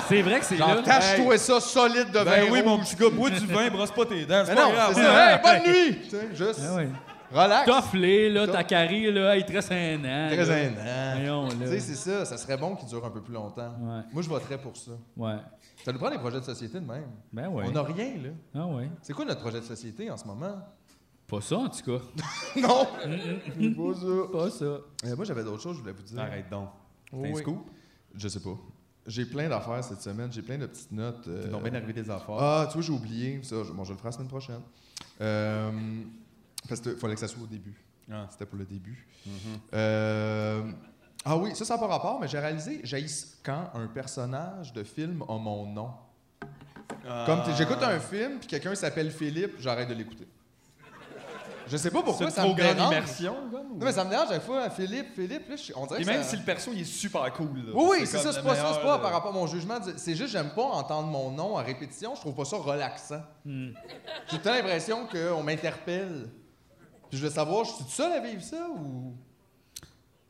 C'est vrai que c'est là. Genre, tâche-toi ça solide de Ben vin oui, rouge. mon petit gars, bois du vin, brosse pas tes dents. C'est Mais pas Ah non, grave. c'est ça, hey, bonne nuit! Tu sais, juste, Ah ouais. relax. Tofflé, là, ta Toff- carie, là, il te reste un an. Très là. gênant. Voyons, Tu là. sais, c'est ça, ça serait bon qu'il dure un peu plus longtemps. Ouais. Moi, je voterais pour ça. Ouais. Ça nous prend des projets de société de même. Ben ouais. On n'a rien, là. Ah ouais. C'est quoi notre projet de société en ce moment? Pas ça, en tout cas. non! Pas ça. Euh, moi, j'avais d'autres choses, que je voulais vous dire. Arrête donc. Oh, C'est un oui. scoop. Je sais pas. J'ai plein d'affaires cette semaine, j'ai plein de petites notes. euh, Ils ont bien arrivé des affaires. Ah, tu vois, j'ai oublié. Ça, je, bon, je le ferai la semaine prochaine. Euh, Parce qu'il fallait que ça soit au début. Ah. C'était pour le début. Mm-hmm. Euh, ah oui, ça, ça n'a pas rapport, mais j'ai réalisé, j'haïs quand un personnage de film a mon nom. Ah. Comme t- j'écoute un film, puis quelqu'un s'appelle Philippe, j'arrête de l'écouter. Je sais pas pourquoi C'est ça trop me grande dérange. immersion, comme, ou- Non, mais ça me dérange à chaque fois, Philippe, Philippe, là, je suis- on dirait Et que même ça- si le perso, il est super cool. là. oui, oui, c'est comme ça, le c'est pas ça, c'est pas meilleur, par là. rapport à mon jugement. du- C'est juste, j'aime pas entendre mon nom à répétition, je trouve pas ça relaxant. Hmm. J'ai tout le temps l'impression qu'on m'interpelle. Puis je veux savoir, je suis tout seul à vivre ça ou.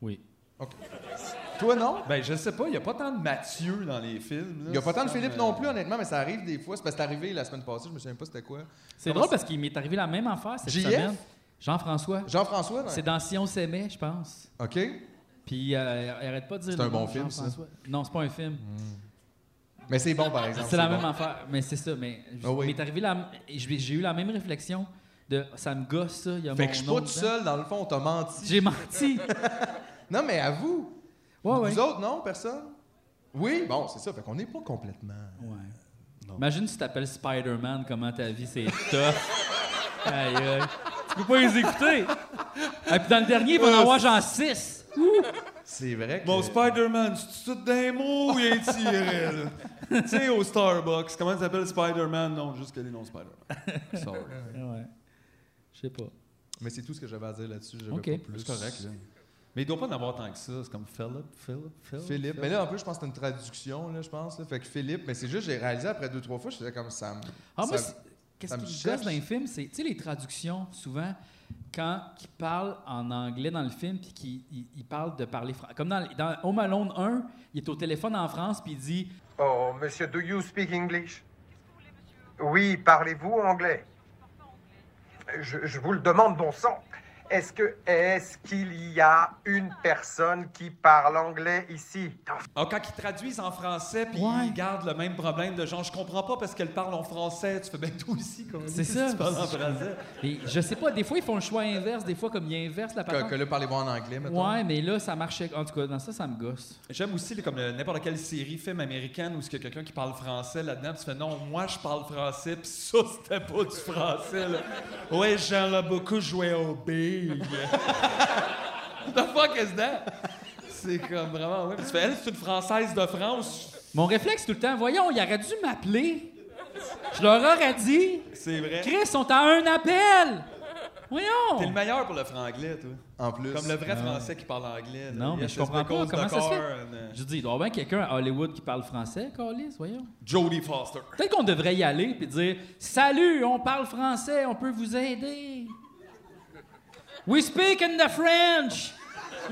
Oui. Toi, non? Ben, je sais pas, il y a pas tant de Mathieu dans les films. Euh, Il y a pas tant de Philippe non plus, honnêtement, mais ça arrive des fois. C'est parce que c'est arrivé la semaine passée, je me souviens pas c'était quoi. C'est drôle parce qu'il m'est arrivé la même affaire cette JF? semaine. Jean-François. Jean-François, dans- C'est dans Si on s'aimait, je pense. OK. Puis, euh, arrête pas de dire. C'est le un nom bon de film, ça. Jean-François. Non, c'est pas un film. Mais c'est bon, par exemple. C'est la bon. même affaire. Mais c'est ça. Mais Ah oui. il m'est arrivé la. J'ai j'ai eu la même réflexion de ça me gosse, ça. Il y a Fait mon que je suis nom pas tout dedans. seul, dans le fond, on t'a menti. J'ai menti. non, mais à vous. Ouais, vous ouais. autres, non, personne? Oui, bon, c'est ça. Fait qu'on n'est pas complètement. Imagine si t'appelles Spider-Man, comment ta vie c'est tough. aïe, aïe. Tu peux pas les écouter. Et puis dans le dernier, il va Ah, en avoir genre 6. C'est vrai que. Mon Spider-Man, c'est tout d'un mot ou il est tiré, là? tu sais, au Starbucks, comment ça s'appelle Spider-Man? Non, juste que les noms Spider-Man. Sorry. Ouais. Je sais pas. Mais c'est tout ce que j'avais à dire là-dessus. J'avais Ok. pas plus. C'est correct, là. Mais il doit pas en avoir tant que ça. C'est comme Philip, Philip, Philip. Philippe. Mais là, en plus, je pense que c'est une traduction, là, je pense. là. Fait que Philippe, mais c'est juste, j'ai réalisé après deux, trois fois, je faisais comme ça. me- Ah, moi, ça- c'est- qu'est-ce ça me qui me cherche. gosse dans les films, c'est, tu sais, les traductions, souvent, quand ils parlent en anglais dans le film, puis qu'ils ils- ils parlent de parler français. Comme dans, dans Home Alone 1, il est au téléphone en France, puis il dit Oh, monsieur, do you speak English? Oui, parlez-vous anglais? Je, je vous le demande, bon sang. Est-ce que est-ce qu'il y a une personne qui parle anglais ici? Ah, quand ils traduisent en français, puis ils gardent le même problème de genre, je comprends pas parce qu'elle parle en français. Tu fais bien toi aussi, comme C'est ça. Tu parles en français. Et je sais pas, des fois, ils font le choix inverse, des fois, comme ils inversent la Que, patente. que là, parlez-vous en anglais, maintenant. Ouais, mais là, ça marchait. En tout cas, dans ça, ça me gosse. J'aime aussi là, comme euh, n'importe quelle série, film américaine où il y a quelqu'un qui parle français là-dedans, puis tu fais non, moi je parle français, puis ça c'était pas du français. Là. Ouais, Jean l'a beaucoup joué au big. What The fuck is that? C'est comme vraiment, ouais. Puis tu fais, elle, c'est une française de France. Mon réflexe tout le temps, voyons, il aurait dû m'appeler. Je leur aurais dit. C'est vrai. Chris, on à un appel! Voyons! T'es le meilleur pour le franglais, toi. En plus. Comme le vrai Ah. français qui parle anglais. là. Non, mais Yes, je it's comprends pas. because Comment the ça se car, fait? euh, and, uh, Je dis, il doit y avoir bien quelqu'un à Hollywood qui parle français, Carlis, voyons. Jodie Foster. Peut-être qu'on devrait y aller puis dire Salut, on parle français, on peut vous aider. We speak in the French.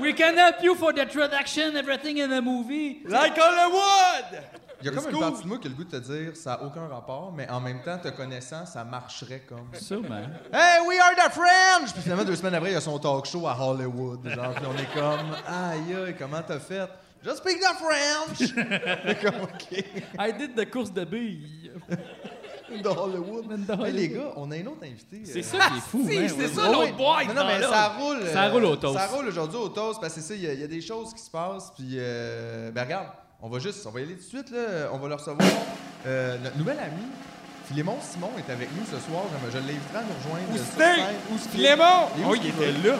We can help you for the traduction, everything in the movie. Like Hollywood! Il y a Let's comme une go. partie de moi qui a le goût de te dire, ça n'a aucun rapport, mais en même temps, te connaissant, ça marcherait comme. Sûrement. Hey, we are the French! Puis finalement, deux semaines après, il y a son talk show à Hollywood. Genre, puis on est comme, aïe, aïe, comment t'as fait? Je speak the French! On est comme, OK. I did the course de billes. De Hollywood. Hey, les gars, on a un autre euh, invité. C'est ça qui est fou, Ah, Si, hein, c'est ouais. ça, Ouais, l'autre ouais. boîte, Non, non, mais dans ça l'autre. roule. euh, Ça roule au toast. Ça roule aujourd'hui au toast, parce que c'est ça, il y, a- il y a des choses qui se passent, puis... euh, ben regarde, on va juste, on va y aller tout de suite, là. On va le recevoir. Euh, notre nouvel ami, Philémon Simon, est avec nous ce soir. J'aimerais- Je l'inviterai à nous rejoindre. sur C'était scène. où c'est Clément? Et où Oh, est-ce il qu'il était va? là.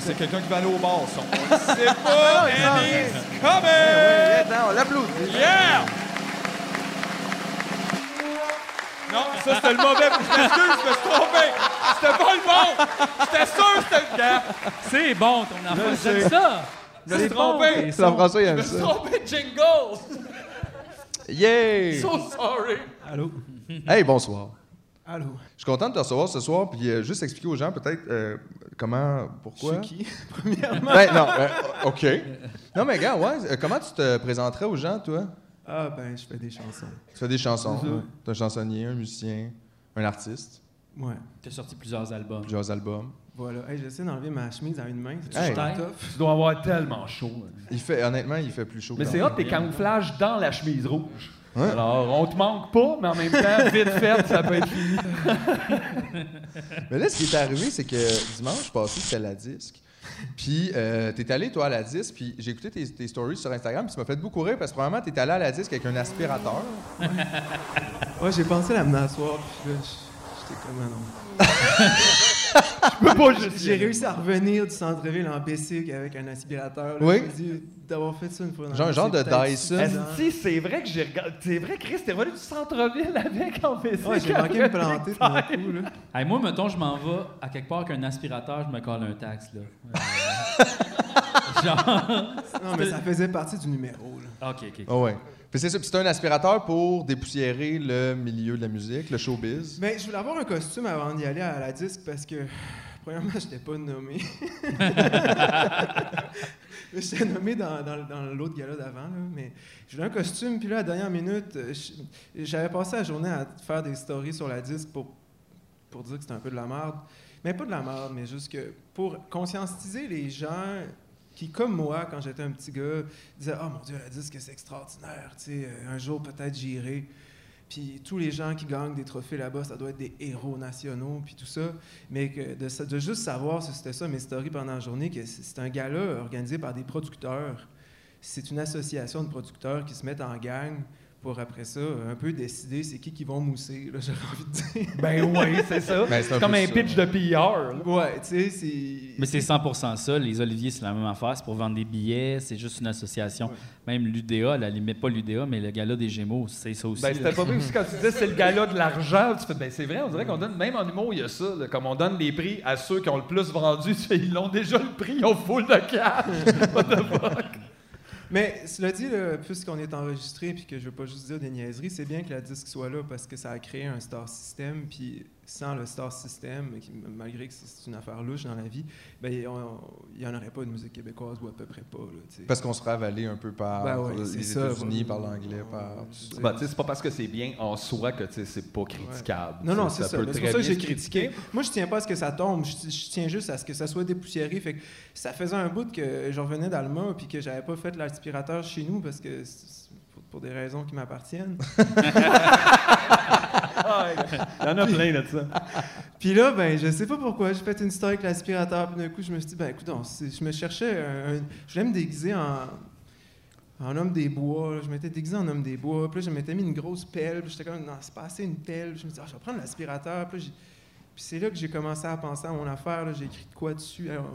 C'est quelqu'un qui va aller au bar, son. C'est pas Dennis Attends, on l'applaudit. Yeah! Non, ça c'était le mauvais. Je m'excuse, je me suis trompé. C'était pas le bon. J'étais sûr que c'était le gars. C'est bon, ton enfant. sais. J'aime ça. Je me suis C'est trompé. bon. Jean-François, il aime Je me suis ça. trompé de jingle! Yeah! So sorry! Allô? Hey, bonsoir. Allô? Je suis content de te recevoir ce soir, puis euh, juste expliquer aux gens peut-être euh, comment, pourquoi. Je suis qui, premièrement? Ben, non, euh, OK. Non, mais gars, ouais, euh, comment tu te présenterais aux gens, toi? Ah, ben, je fais des chansons. Tu fais des chansons. C'est ça. T'es un chansonnier, un musicien, un artiste, Ouais. T'as sorti plusieurs albums. plusieurs albums. Voilà. Hey, j'essaie d'enlever ma chemise à une main. C'est Hey. toujours tough. Tu dois avoir tellement chaud. hein. Il fait, honnêtement, il fait plus chaud. Mais que c'est dans- hot, t'es camouflage dans la chemise rouge. Ouais. Alors, on te manque pas, mais en même temps, vite fait, ça peut être fini. Mais là, ce qui est arrivé, c'est que dimanche passé, c'était la disque. Puis, euh, t'es allé, toi, à la disque, puis j'ai écouté tes, tes stories sur Instagram, puis ça m'a fait beaucoup rire parce que, probablement, t'es allé à la disque avec un aspirateur. Ouais, j'ai pensé l'amener à soir, puis là, j- j'étais comme, ah non. Je peux pas J'ai réussi à revenir du centre-ville en bicycle avec un aspirateur. là. Oui. Je me dis, D'avoir fait ça une fois dans Genre- la vie, genre de c'est peut-être Dyson. suffisant. Est-ce Si, c'est vrai que j'ai regardé. C'est vrai, Chris, t'es revenu du centre-ville avec en PC. Ouais, j'ai manqué de me planter tout d'un coup. là. Hey, moi, mettons, je m'en vais à quelque part qu'un aspirateur, je me colle un taxe. Là. Euh, genre. Non, mais ça faisait partie du numéro. Ah, OK, OK. Ah ouais. Puis c'est ça, puis c'est un aspirateur pour dépoussiérer le milieu de la musique, le showbiz. Mais je voulais avoir un costume avant d'y aller à la disque parce que, premièrement, je n'étais pas nommé. Mais J'étais nommé dans, dans- dans l'autre gala d'avant, là, mais je voulais un costume, puis là, à la dernière minute, euh, je- j'avais passé la journée à faire des stories sur la disque pour, pour dire que c'était un peu de la merde. Mais pas de la merde, mais juste que pour conscientiser les gens qui, comme moi, quand j'étais un petit gars, disaient « Oh mon Dieu, la disque, c'est extraordinaire, tu sais, euh, un jour peut-être j'irai. » Puis tous les gens qui gagnent des trophées là-bas, ça doit être des héros nationaux, puis tout ça. Mais que de, sa- de juste savoir, si c'était ça mes stories pendant la journée, que c- c'est un gala organisé par des producteurs. C'est une association de producteurs qui se mettent en gang pour après ça un peu décider c'est qui qui vont mousser, là, j'aurais envie de dire. Ben oui, c'est ça. Ben, c'est un C'est comme peu un ça. pitch de PR. Ouais, tu sais, c'est... Mais c'est 100 ça. Les Oliviers, c'est la même affaire. C'est pour vendre des billets. C'est juste une association. Même l'UDA, la limite, pas l'UDA, mais le gala des Gémeaux, c'est ça aussi. Ben, c'était là. pas pire aussi quand tu disais c'est le gala de l'argent. Tu fais, ben, c'est vrai, on dirait qu'on donne, même en humour, il y a ça. là, comme on donne les prix à ceux qui ont le plus vendu, tu fais, ils l'ont déjà le prix, ils ont full de cash. What the fuck? Mais cela dit, là, puisqu'on est enregistré puis que je veux pas juste dire des niaiseries, c'est bien que la disque soit là parce que ça a créé un star system. Puis sans le star system, qui- malgré que c'est une affaire louche dans la vie, ben, on- il n'y en aurait pas de musique québécoise ou à peu près pas. là, tu sais. Parce qu'on se fait avaler un peu par Ben ouais, c'est les ça, États-Unis, voilà. par l'anglais, par. Ben, tu sais, c'est pas parce que c'est bien en soi que tu sais, c'est pas critiquable. Non, non, Tu sais, c'est ça. peut mais C'est très pour ça que bien j'ai se critiqué. Moi, je tiens pas à ce que ça tombe. Je, je tiens juste à ce que ça soit dépoussiéré. Fait que ça faisait un bout que je revenais d'Allemagne puis que j'avais pas fait l'aspirateur chez nous parce que c'est- c'est pour, pour des raisons qui m'appartiennent. Il y en a plein de ça. Puis là, ben, je sais pas pourquoi, j'ai fait une story avec l'aspirateur, puis d'un coup, je me suis dit, ben, écoute, donc, c'est- je me cherchais un. un- je voulais me déguiser en. En homme des bois, là. je m'étais déguisé en homme des bois, puis là, je m'étais mis une grosse pelle, puis j'étais comme, non, c'est pas assez une pelle, je me dis, ah, je vais prendre l'aspirateur, puis là, j'ai- puis c'est là que j'ai commencé à penser à mon affaire, là. j'ai écrit de quoi dessus. Alors,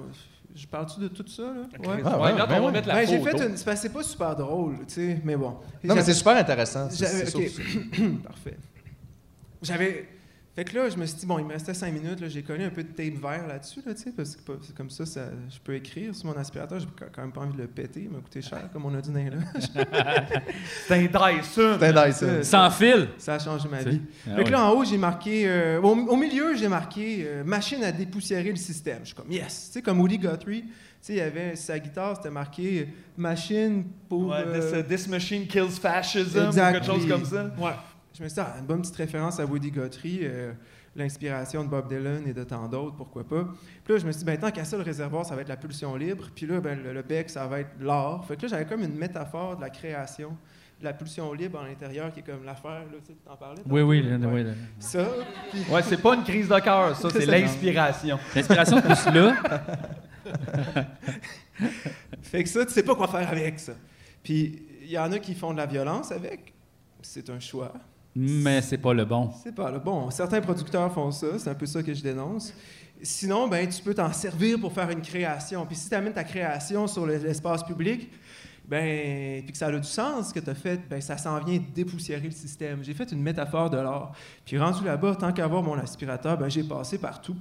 je parle-tu de tout ça, là? Ouais, Ah, ouais, là, on va mettre la Ben, j'ai photo. fait une. c'est parce que C'est pas super drôle, tu sais, mais bon. Non, mais J'avais- c'est super intéressant. c'est- j'avais- c'est ok. sûr. Parfait. J'avais. Fait que là, je me suis dit, bon, il me restait cinq minutes. là, J'ai collé un peu de tape vert là-dessus, là, tu sais, parce que pas- c'est comme ça, ça, je peux écrire sur mon aspirateur. J'ai quand même pas envie de le péter. Il m'a coûté cher, comme on a dit dans les loges. C'est un Dyson. C'est un Dyson. Ça- Sans fil. Ça a changé ma C'est- vie. Ah fait que ouais. là, en haut, j'ai marqué. euh, au, au milieu, j'ai marqué euh, machine à dépoussiérer le système. Je suis comme, yes. Tu sais, comme Woody Guthrie, tu sais, il y avait sa guitare, c'était marqué euh, machine pour. Ouais, euh, this, uh, this machine kills fascism Exact. ou quelque chose Puis- comme ça. Ouais. Je me suis dit, ah, une bonne petite référence à Woody Guthrie, euh, l'inspiration de Bob Dylan et de tant d'autres, pourquoi pas. Puis là, je me suis dit, ben, tant qu'à ça, le réservoir, ça va être la pulsion libre. Puis là, ben, le, le bec, ça va être l'art. Fait que là, j'avais comme une métaphore de la création, de la pulsion libre à l'intérieur, qui est comme l'affaire, là, tu sais, t'en parlais. Oui, tantôt, oui, là. là, oui, là. Ça. puis- Ouais, c'est pas une crise de cœur, ça, c'est non. l'inspiration. L'inspiration pousse là. fait que ça, tu sais pas quoi faire avec ça. Puis il y en a qui font de la violence avec. C'est un choix. Mais c'est pas le bon. C'est pas là. Bon, certains producteurs font ça, c'est un peu ça que je dénonce. Sinon, ben, tu peux t'en servir pour faire une création. Puis si tu amènes ta création sur le- l'espace public, ben, puis que ça a du sens ce que tu as fait, ben, ça s'en vient dépoussiérer le système. J'ai fait une métaphore de l'art. Puis rendu là-bas, tant qu'à avoir mon aspirateur, ben, j'ai passé partout.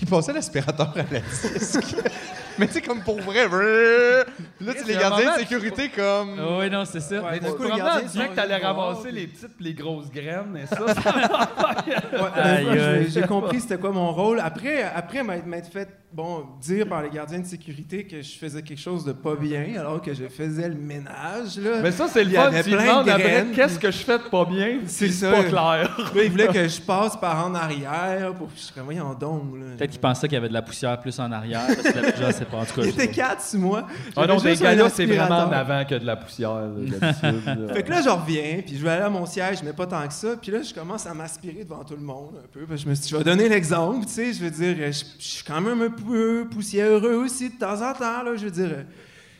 Il passait l'aspirateur à la disque. mais tu sais, comme pour vrai. brrr. Puis là, tu les un gardiens moment, de sécurité comme. Ah oui, non, c'est ça. Mais d'un tu coup, les comprends, gardiens tu disais sont que t'allais venus voir, ramasser les petites les grosses graines, et ça, ça Ouais, Aïe, ben, aïe. j'ai- J'ai compris c'était quoi mon rôle. Après, après m'être m'être fait bon, dire par les gardiens de sécurité que je faisais quelque chose de pas bien alors que je faisais le ménage. Là. Mais ça, c'est le Il y fun. avait Tu plein demandes de après, graines. qu'est-ce que je fais de pas bien? C'est Puis ça. pas clair. Là, il voulait que je passe par en arrière pour je suis comme, voyons donc. là. Peut-être qu'il pensait qu'il y avait de la poussière plus en arrière. Parce que là, déjà, c'est pas en tout cas. je Il sais était pas. quatre sur moi. Ah non, J'avais des juste un galas, c'est vraiment en aspirateur. avant que de la poussière, là, d'habitude. Fait que là, je reviens, puis je vais aller à mon siège, mais pas tant que ça. Puis là, je commence à m'aspirer devant tout le monde un peu. parce que je me suis dit, je vais donner l'exemple, tu sais. Je veux dire, je, je suis quand même un peu poussiéreux aussi de temps en temps, là. Je veux dire,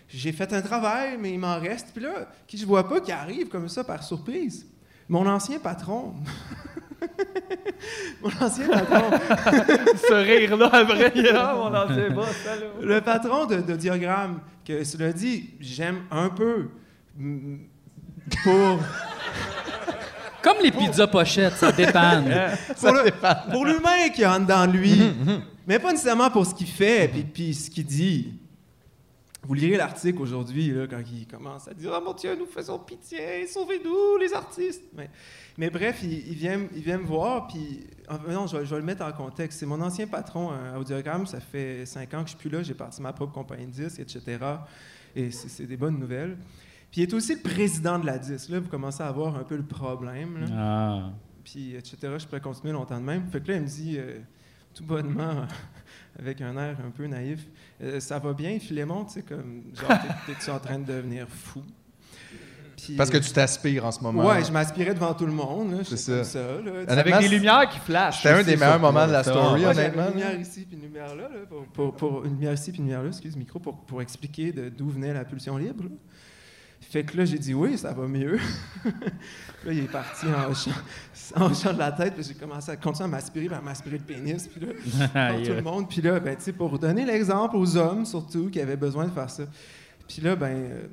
j'ai fait un travail, mais il m'en reste. Puis là, qui je vois pas qui arrive comme ça par surprise? Mon ancien patron. Mon ancien patron. Ce rire-là, après, il est là, mon ancien boss, allô. Le patron de, de Diagramme, que cela dit, j'aime un peu. mm, Pour. Comme les pizzas pochettes, ça dépanne. pour le- pour l'humain qui en dans lui, mais pas nécessairement pour ce qu'il fait puis, puis ce qu'il dit. Vous lirez l'article aujourd'hui là, quand il commence à dire Ah mon Dieu, nous faisons pitié, sauvez-nous les artistes. Mais, mais bref, il, il vient, m- il vient me voir, puis. ah, non, je vais, je vais le mettre en contexte. C'est mon ancien patron à Audiogramme, ça fait cinq ans que je suis plus là, j'ai parti ma propre compagnie de disques, etc. Et c'est c'est des bonnes nouvelles. Puis il est aussi le président de la disque. Là, vous commencez à avoir un peu le problème. là Ah. puis etc. Je pourrais continuer longtemps de même. Fait que là, il me dit, euh, tout bonnement, avec un air un peu naïf, Euh, ça va bien, Philémon, tu sais, comme, genre, t'es- t'es-tu en train de devenir fou? Puis, Parce que euh, tu t'aspires en ce moment. Ouais, je m'aspirais devant tout le monde, là, C'est j'étais comme ça. là, tu sais. Ah, Honnêtement, Avec des c'est- lumières qui flashent c'était un aussi, des meilleurs ça. moments de la story, Ouais, j'avais honnêtement, Une lumière là. ici, puis une lumière là, là, pour, pour- pour- une lumière ici, puis une lumière là, excuse micro, pour, pour expliquer de- d'où venait la pulsion libre. là. Fait que là, j'ai dit oui, ça va mieux. là, il est parti en hochant, en hochant de la tête, puis j'ai commencé à continuer à m'aspirer, puis à m'aspirer le pénis, puis là, devant tout le monde. Puis là, ben, tu sais, pour donner l'exemple aux hommes, surtout, qui avaient besoin de faire ça. Puis là, ben, euh,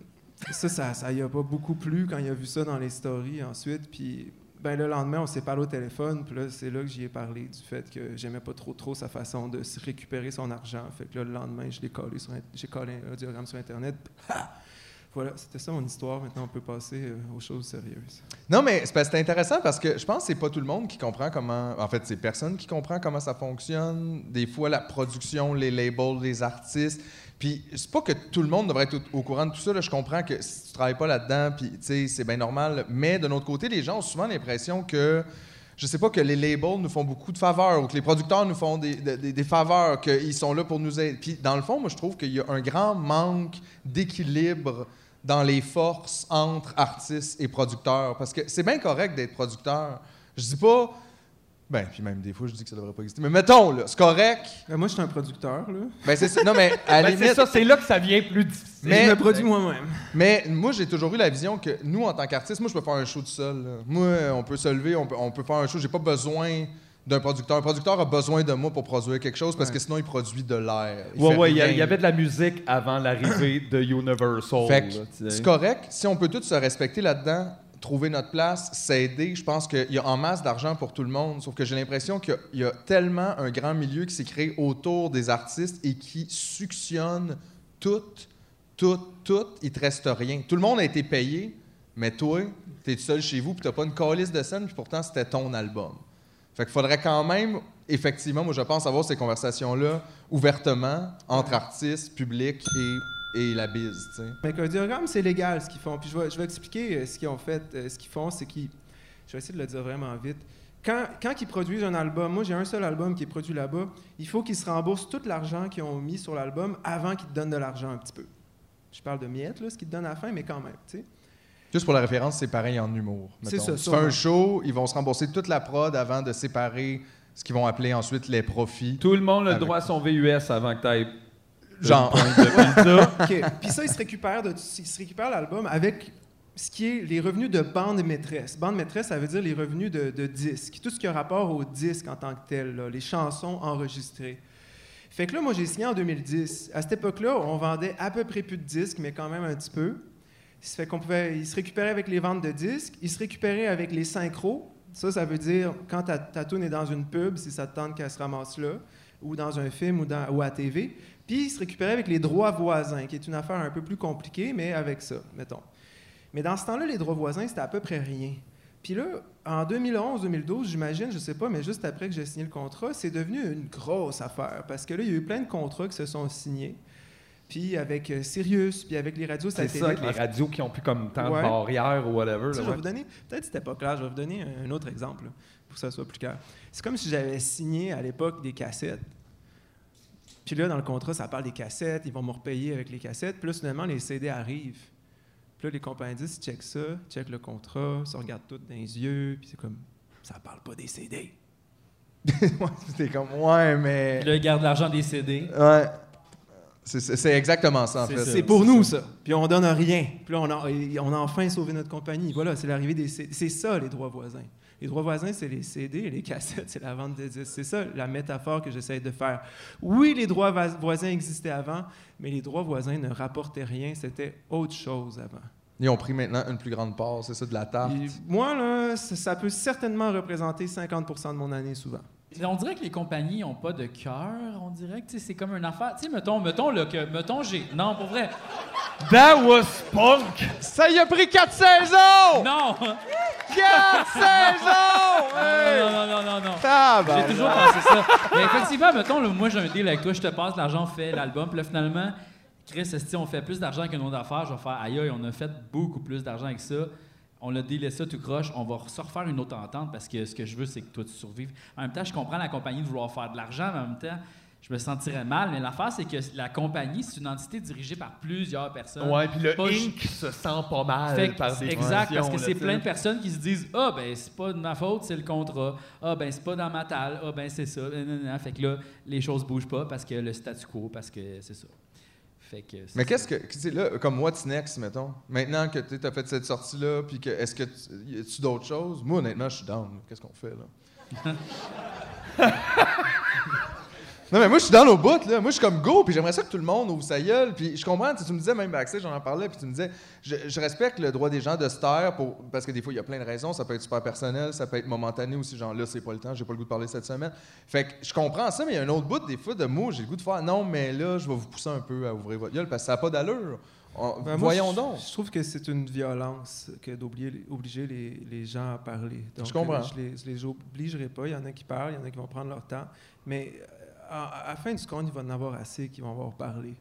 ça, ça, ça y a pas beaucoup plu quand il a vu ça dans les stories ensuite. Puis, ben, le lendemain, on s'est parlé au téléphone, puis là, c'est là que j'y ai parlé du fait que j'aimais pas trop, trop sa façon de se récupérer son argent. Fait que là, le lendemain, je l'ai collé sur, Int- j'ai collé un audiogramme sur Internet. Ha! Voilà, c'était ça mon histoire. Maintenant, on peut passer euh, aux choses sérieuses. Non, mais c'est parce que c'est intéressant parce que je pense que c'est pas tout le monde qui comprend comment. En fait, c'est personne qui comprend comment ça fonctionne. Des fois, la production, les labels, les artistes. Puis c'est pas que tout le monde devrait être au, au courant de tout ça. là. Je comprends que si tu travailles pas là-dedans, puis tu sais, c'est bien normal. Mais de notre côté, les gens ont souvent l'impression que. Je sais pas que les labels nous font beaucoup de faveurs ou que les producteurs nous font des, des- des- des faveurs, qu'ils sont là pour nous aider. Puis dans le fond, moi, je trouve qu'il y a un grand manque d'équilibre dans les forces entre artistes et producteurs. Parce que c'est bien correct d'être producteur. Je dis pas. Ben, puis même des fois, je dis que ça devrait pas exister. Mais mettons, là, c'est correct. Ben, moi, je suis un producteur, là. Ben, c'est ça. Non, mais à la Ben, c'est limite- ça, c'est là que ça vient plus difficile. mais, Je me produis moi-même. Mais moi, j'ai toujours eu la vision que nous, en tant qu'artistes, moi, je peux faire un show tout seul. là. Moi, on peut se lever, on peut, on peut faire un show. J'ai pas besoin d'un producteur. Un producteur a besoin de moi pour produire quelque chose parce que sinon, il produit de l'air. Il Ouais, fait ouais, il y, a- rien. il y avait de la musique avant l'arrivée de Universal. Fait là, tu que sais. c'est correct. Si on peut tous se respecter là-dedans, trouver notre place, s'aider, je pense qu'il y a en masse d'argent pour tout le monde. Sauf que j'ai l'impression qu'il y a- il y, a tellement un grand milieu qui s'est créé autour des artistes et qui suctionne tout, tout, tout. Il te reste rien. Tout le monde a été payé, mais toi, t'es tout seul chez vous puis t'as pas une calice de scène puis pourtant c'était ton album. Fait qu'il faudrait quand même, effectivement, moi je pense avoir ces conversations-là ouvertement entre artistes, public et, et la bise, tu sais. Mais qu'un diagramme, c'est légal ce qu'ils font. Puis je vais, je vais expliquer euh, ce qu'ils ont fait. Euh, ce qu'ils font, c'est qu'ils. Je vais essayer de le dire vraiment vite. Quand, quand ils produisent un album, moi j'ai un seul album qui est produit là-bas, il faut qu'ils se remboursent tout l'argent qu'ils ont mis sur l'album avant qu'ils te donnent de l'argent un petit peu. Je parle de miettes, là, ce qu'ils te donnent à la fin, mais quand même. tu sais. Juste pour la référence, c'est pareil en humour. C'est mettons. ça, Tu fais sûrement. un show, ils vont se rembourser toute la prod avant de séparer ce qu'ils vont appeler ensuite les profits. Tout le monde a le droit à son VUS avant que tu ailles. Genre. OK. Puis ça, ils se récupèrent, de, ils se récupèrent l'album avec ce qui est les revenus de bande maîtresse. Bande maîtresse, ça veut dire les revenus de, de disques. Tout ce qui a rapport au disque en tant que tel, là, les chansons enregistrées. Fait que là, moi, j'ai signé en 2010. À cette époque-là, on vendait à peu près plus de disques, mais quand même un petit peu. Ça fait qu'on pouvait, ils se récupéraient avec les ventes de disques, ils se récupéraient avec les synchros. Ça, ça veut dire quand ta, ta toune est dans une pub, si ça te tente qu'elle se ramasse là, ou dans un film ou, dans, ou à TV. Puis ils se récupéraient avec les droits voisins, qui est une affaire un peu plus compliquée, mais avec ça, mettons. Mais dans ce temps-là, les droits voisins, c'était à peu près rien. Puis là, en 2011-2012, j'imagine, je sais pas, mais juste après que j'ai signé le contrat, c'est devenu une grosse affaire. Parce que là, il y a eu plein de contrats qui se sont signés. Puis avec euh, Sirius, puis avec les radios C'est satellites. ça, avec les radios qui ont plus comme tant Ouais. de barrières ou whatever. là, Ça, je vais ouais. vous donner, peut-être que c'était pas clair, je vais vous donner un- un autre exemple là, pour que ça soit plus clair. C'est comme si j'avais signé à l'époque des cassettes. Puis là, dans le contrat, ça parle des cassettes, ils vont me repayer avec les cassettes. Puis là, finalement, les CD arrivent. Puis là, les compagnies disent, check ça, check le contrat, se regardent tout dans les yeux, puis c'est comme, ça parle pas des CD. T'es comme, ouais, mais. Là, ils gardent l'argent des CD. Ouais. C'est- C'est c'est exactement ça, en fait. C'est pour nous, ça. Puis on donne rien. Puis là, on a, on a enfin sauvé notre compagnie. Voilà, c'est l'arrivée des. C'est c'est ça, les droits voisins. Les droits voisins, c'est les CD et les cassettes, c'est la vente de disques. C'est ça la métaphore que j'essaie de faire. Oui, les droits va- voisins existaient avant, mais les droits voisins ne rapportaient rien. C'était autre chose avant. Ils ont pris maintenant une plus grande part, c'est ça, de la tarte. Moi, là, ça, ça peut certainement représenter 50 de mon année souvent. Mais On dirait que les compagnies n'ont pas de cœur. On dirait que tu sais, c'est comme une affaire. Tu sais, mettons, mettons, là, que, mettons, j'ai. Non, pour vrai. That was punk! Ça y a pris quatre saisons! Non! Quatre saisons! Hey! Non, non, non, non, non. Tabarnak. J'ai toujours pensé ça. Mais effectivement, mettons, là, moi, j'ai un deal avec toi, je te passe l'argent, on fait l'album. Puis là, finalement, Chris, si on fait plus d'argent que nos affaires, je vais faire aïe, aïe, on a fait beaucoup plus d'argent avec ça. On a délai ça tout croche, on va se refaire une autre entente parce que ce que je veux, c'est que toi, tu survives. En même temps, je comprends la compagnie de vouloir faire de l'argent, mais en même temps, je me sentirais mal. Mais l'affaire, c'est que la compagnie, c'est une entité dirigée par plusieurs personnes. Ouais, puis le Pas ju- Inc se sent pas mal fait que- par des exact, parce que c'est plein de personnes qui se disent Ah, ben, c'est pas de ma faute, c'est le contrat. Ah, ben, c'est pas dans ma talle. Ah, ben, c'est ça. Nan, nan, nan. Fait que là, les choses bougent pas parce que le statu quo, parce que c'est ça. Fait que. c'est Mais ça. qu'est-ce que, tu sais, là, comme What's Next, mettons, maintenant que tu as fait cette sortie-là, puis que, est-ce que tu- y a-tu d'autres choses? Moi, honnêtement, je suis down. Qu'est-ce qu'on fait, là? non, mais moi, je suis down au bout, là. Moi, je suis comme go, puis j'aimerais ça que tout le monde ouvre sa gueule. Puis je comprends, tu sais, tu me disais, même backstage, j'en en parlais, puis tu me disais, je, je respecte le droit des gens de se taire, pour, parce que des fois, il y a plein de raisons. Ça peut être super personnel, ça peut être momentané aussi, genre là, c'est pas le temps, j'ai pas le goût de parler cette semaine. Fait que je comprends ça, mais il y a un autre bout, des fois, de mots, j'ai le goût de faire, non, mais là, je vais vous pousser un peu à ouvrir votre gueule, parce que ça n'a pas d'allure. On- Ben, moi, voyons je- donc. Je trouve que c'est une violence que d'obliger les- obliger les, les gens à parler. Donc, Je comprends. euh, Je les, je les obligerai pas. Il y en a qui parlent, il y en a qui vont prendre leur temps. Mais euh, à, à la fin du compte, il va en avoir assez qui vont avoir parlé.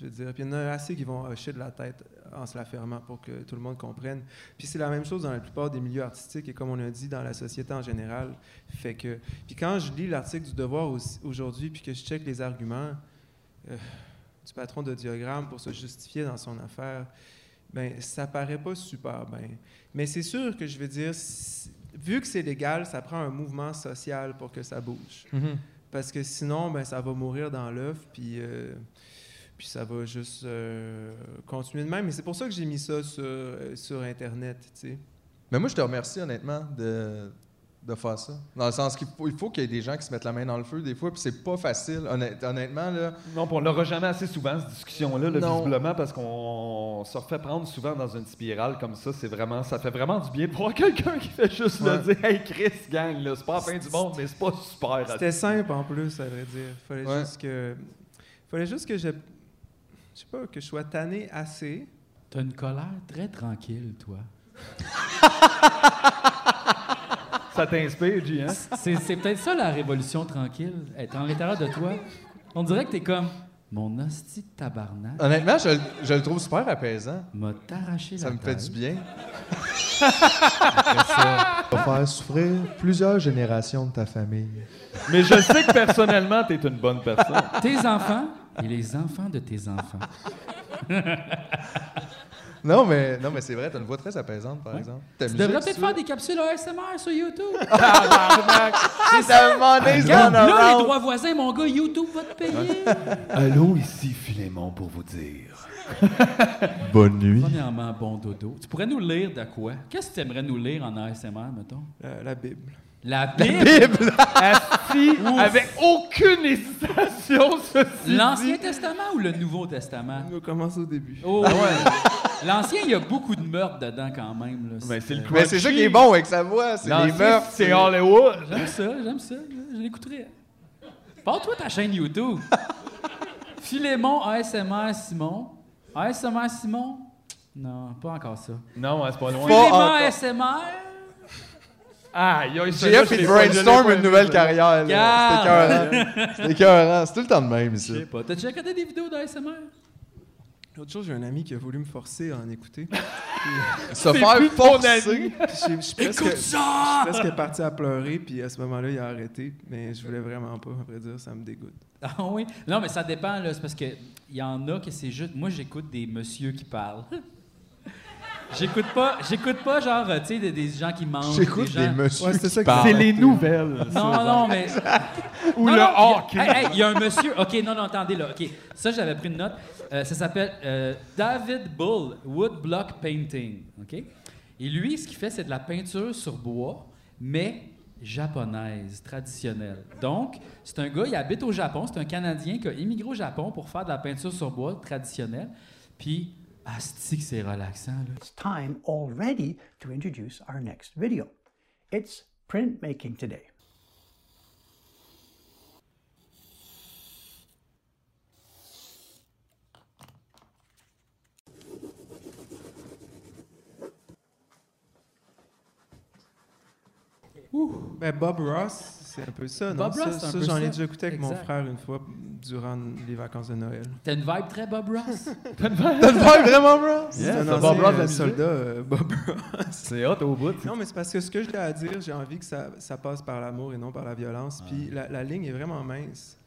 Je veux dire, puis il y en a assez qui vont hocher de la tête en se la fermant pour que tout le monde comprenne. Puis c'est la même chose dans la plupart des milieux artistiques et comme on a dit, dans la société en général. Fait que, puis quand je lis l'article du Devoir aussi- aujourd'hui, puis que je check les arguments euh, du patron de Diogramme pour se justifier dans son affaire, ben ça paraît pas super bien. Mais c'est sûr que je veux dire, si- vu que c'est légal, ça prend un mouvement social pour que ça bouge. Mhm. Parce que sinon, ben, ça va mourir dans l'œuf, puis, euh, puis ça va juste euh, continuer de même. Mais c'est pour ça que j'ai mis ça sur, euh, sur Internet, tu sais. Mais moi, je te remercie honnêtement de, de faire ça. Dans le sens qu'il faut, il faut qu'il y ait des gens qui se mettent la main dans le feu des fois, puis c'est pas facile, honnêt- honnêtement. Là, Non, puis on l'aura jamais assez souvent, cette discussion-là, là, Non. visiblement, parce qu'on se refait prendre souvent dans une spirale comme ça. C'est vraiment, ça fait vraiment du bien de voir quelqu'un qui fait juste le Ouais. dire Hey Chris, gang, là, c'est pas la fin du monde, mais c'est pas super. C'était simple en plus, à vrai dire. Fallait Ouais. juste que, fallait juste que je, je sais pas, que je sois tanné assez. T'as une colère très tranquille, toi. Ça t'inspire, G, hein? C'est c'est peut-être ça la révolution tranquille, être en l'intérieur de toi. On dirait que t'es comme mon hostie de tabarnak. Honnêtement, je, le- je le trouve super apaisant. M'a t'arraché Ça la me fait tête. du bien. Après ça, ça va faire souffrir plusieurs générations de ta famille. Mais je sais que personnellement, t'es une bonne personne. Tes enfants et les enfants de tes enfants. Non, mais, non, mais c'est vrai, t'as une voix très apaisante, par exemple. Ta Tu musique, devrais tu peut-être vois. faire des capsules ASMR sur YouTube. Tabarnak. C'est Ça me demandait si Regarde, on en là, rentre. les droits voisins, mon gars, YouTube va te payer. Allô, ici Philémon pour vous dire. Bonne nuit. Premièrement, bon dodo. Tu pourrais nous lire de quoi? Qu'est-ce que tu aimerais nous lire en ASMR, mettons? euh, La, Bible. La Bible? Bible! Assis Ouf. avec aucune hésitation, ceci L'Ancien dit. Testament ou le Nouveau Testament? On commence au début. Oh, ouais. L'Ancien, il y a beaucoup de meurtres dedans quand même. là. Ben, c'est le Mais c'est ça qui est bon avec sa voix, c'est les L'Ancien, meufs. c'est Hollywood. J'aime ça, j'aime ça. Je l'écouterai. Pars-toi ta chaîne YouTube. Philémon ASMR Simon. ASMR Simon? Non, pas encore ça. Non, ouais, c'est pas loin. Philémon ASMR? Ah, il y a eu GF, il brainstorm une nouvelle carrière. là. Garde. C'était écœurant. C'était écœurant. C'est tout le temps de même, Je sais ici. pas. T'as déjà regardé des vidéos d'ASMR? L'autre jour, j'ai un ami qui a voulu me forcer à en écouter. Se C'est faire plus ton forcer? ami. Puis j'ai- Je suis presque, Écoute ça! je suis presque parti à pleurer, puis à ce moment-là, il a arrêté. Mais je voulais vraiment pas, à vrai dire, ça me dégoûte. Ah oui? Non, mais ça dépend, là. C'est parce qu'il y en a que c'est juste. Moi, j'écoute des messieurs qui parlent. J'écoute pas, j'écoute pas genre, euh, tu sais, des, des gens qui mangent. J'écoute gens- des messieurs Ouais, c'est qui ça que- parlent. C'est les nouvelles. Non, non, mais. Ou Non, le non, hawk. Il y a- hey, hey, il y a un monsieur. OK, non, non, attendez, là. OK. Ça, j'avais pris une note. Euh, ça s'appelle euh, David Bull Woodblock Painting. OK? Et lui, ce qu'il fait, c'est de la peinture sur bois, mais japonaise, traditionnelle. Donc, c'est un gars, il habite au Japon, c'est un Canadien qui a immigré au Japon pour faire de la peinture sur bois traditionnelle. Puis, asti que c'est relaxant, là. It's time already to introduce our next video. It's printmaking today. Ben, Bob Ross, c'est un peu ça, non? Bob Ross, Ça- c'est un ça, peu j'en ça. ai déjà écouté avec mon Exact. frère une fois durant les vacances de Noël. T'as une vibe très Bob Ross. T'as une vibe- T'as une vibe vraiment Ross? Yeah, C'est un c'est Bob Ross de ancien, la euh, musique. soldat, euh, Bob Ross. C'est hot au bout. Non, mais c'est parce que ce que j'ai à dire, j'ai envie que ça, ça passe par l'amour et non par la violence. Puis la, la ligne est vraiment mince.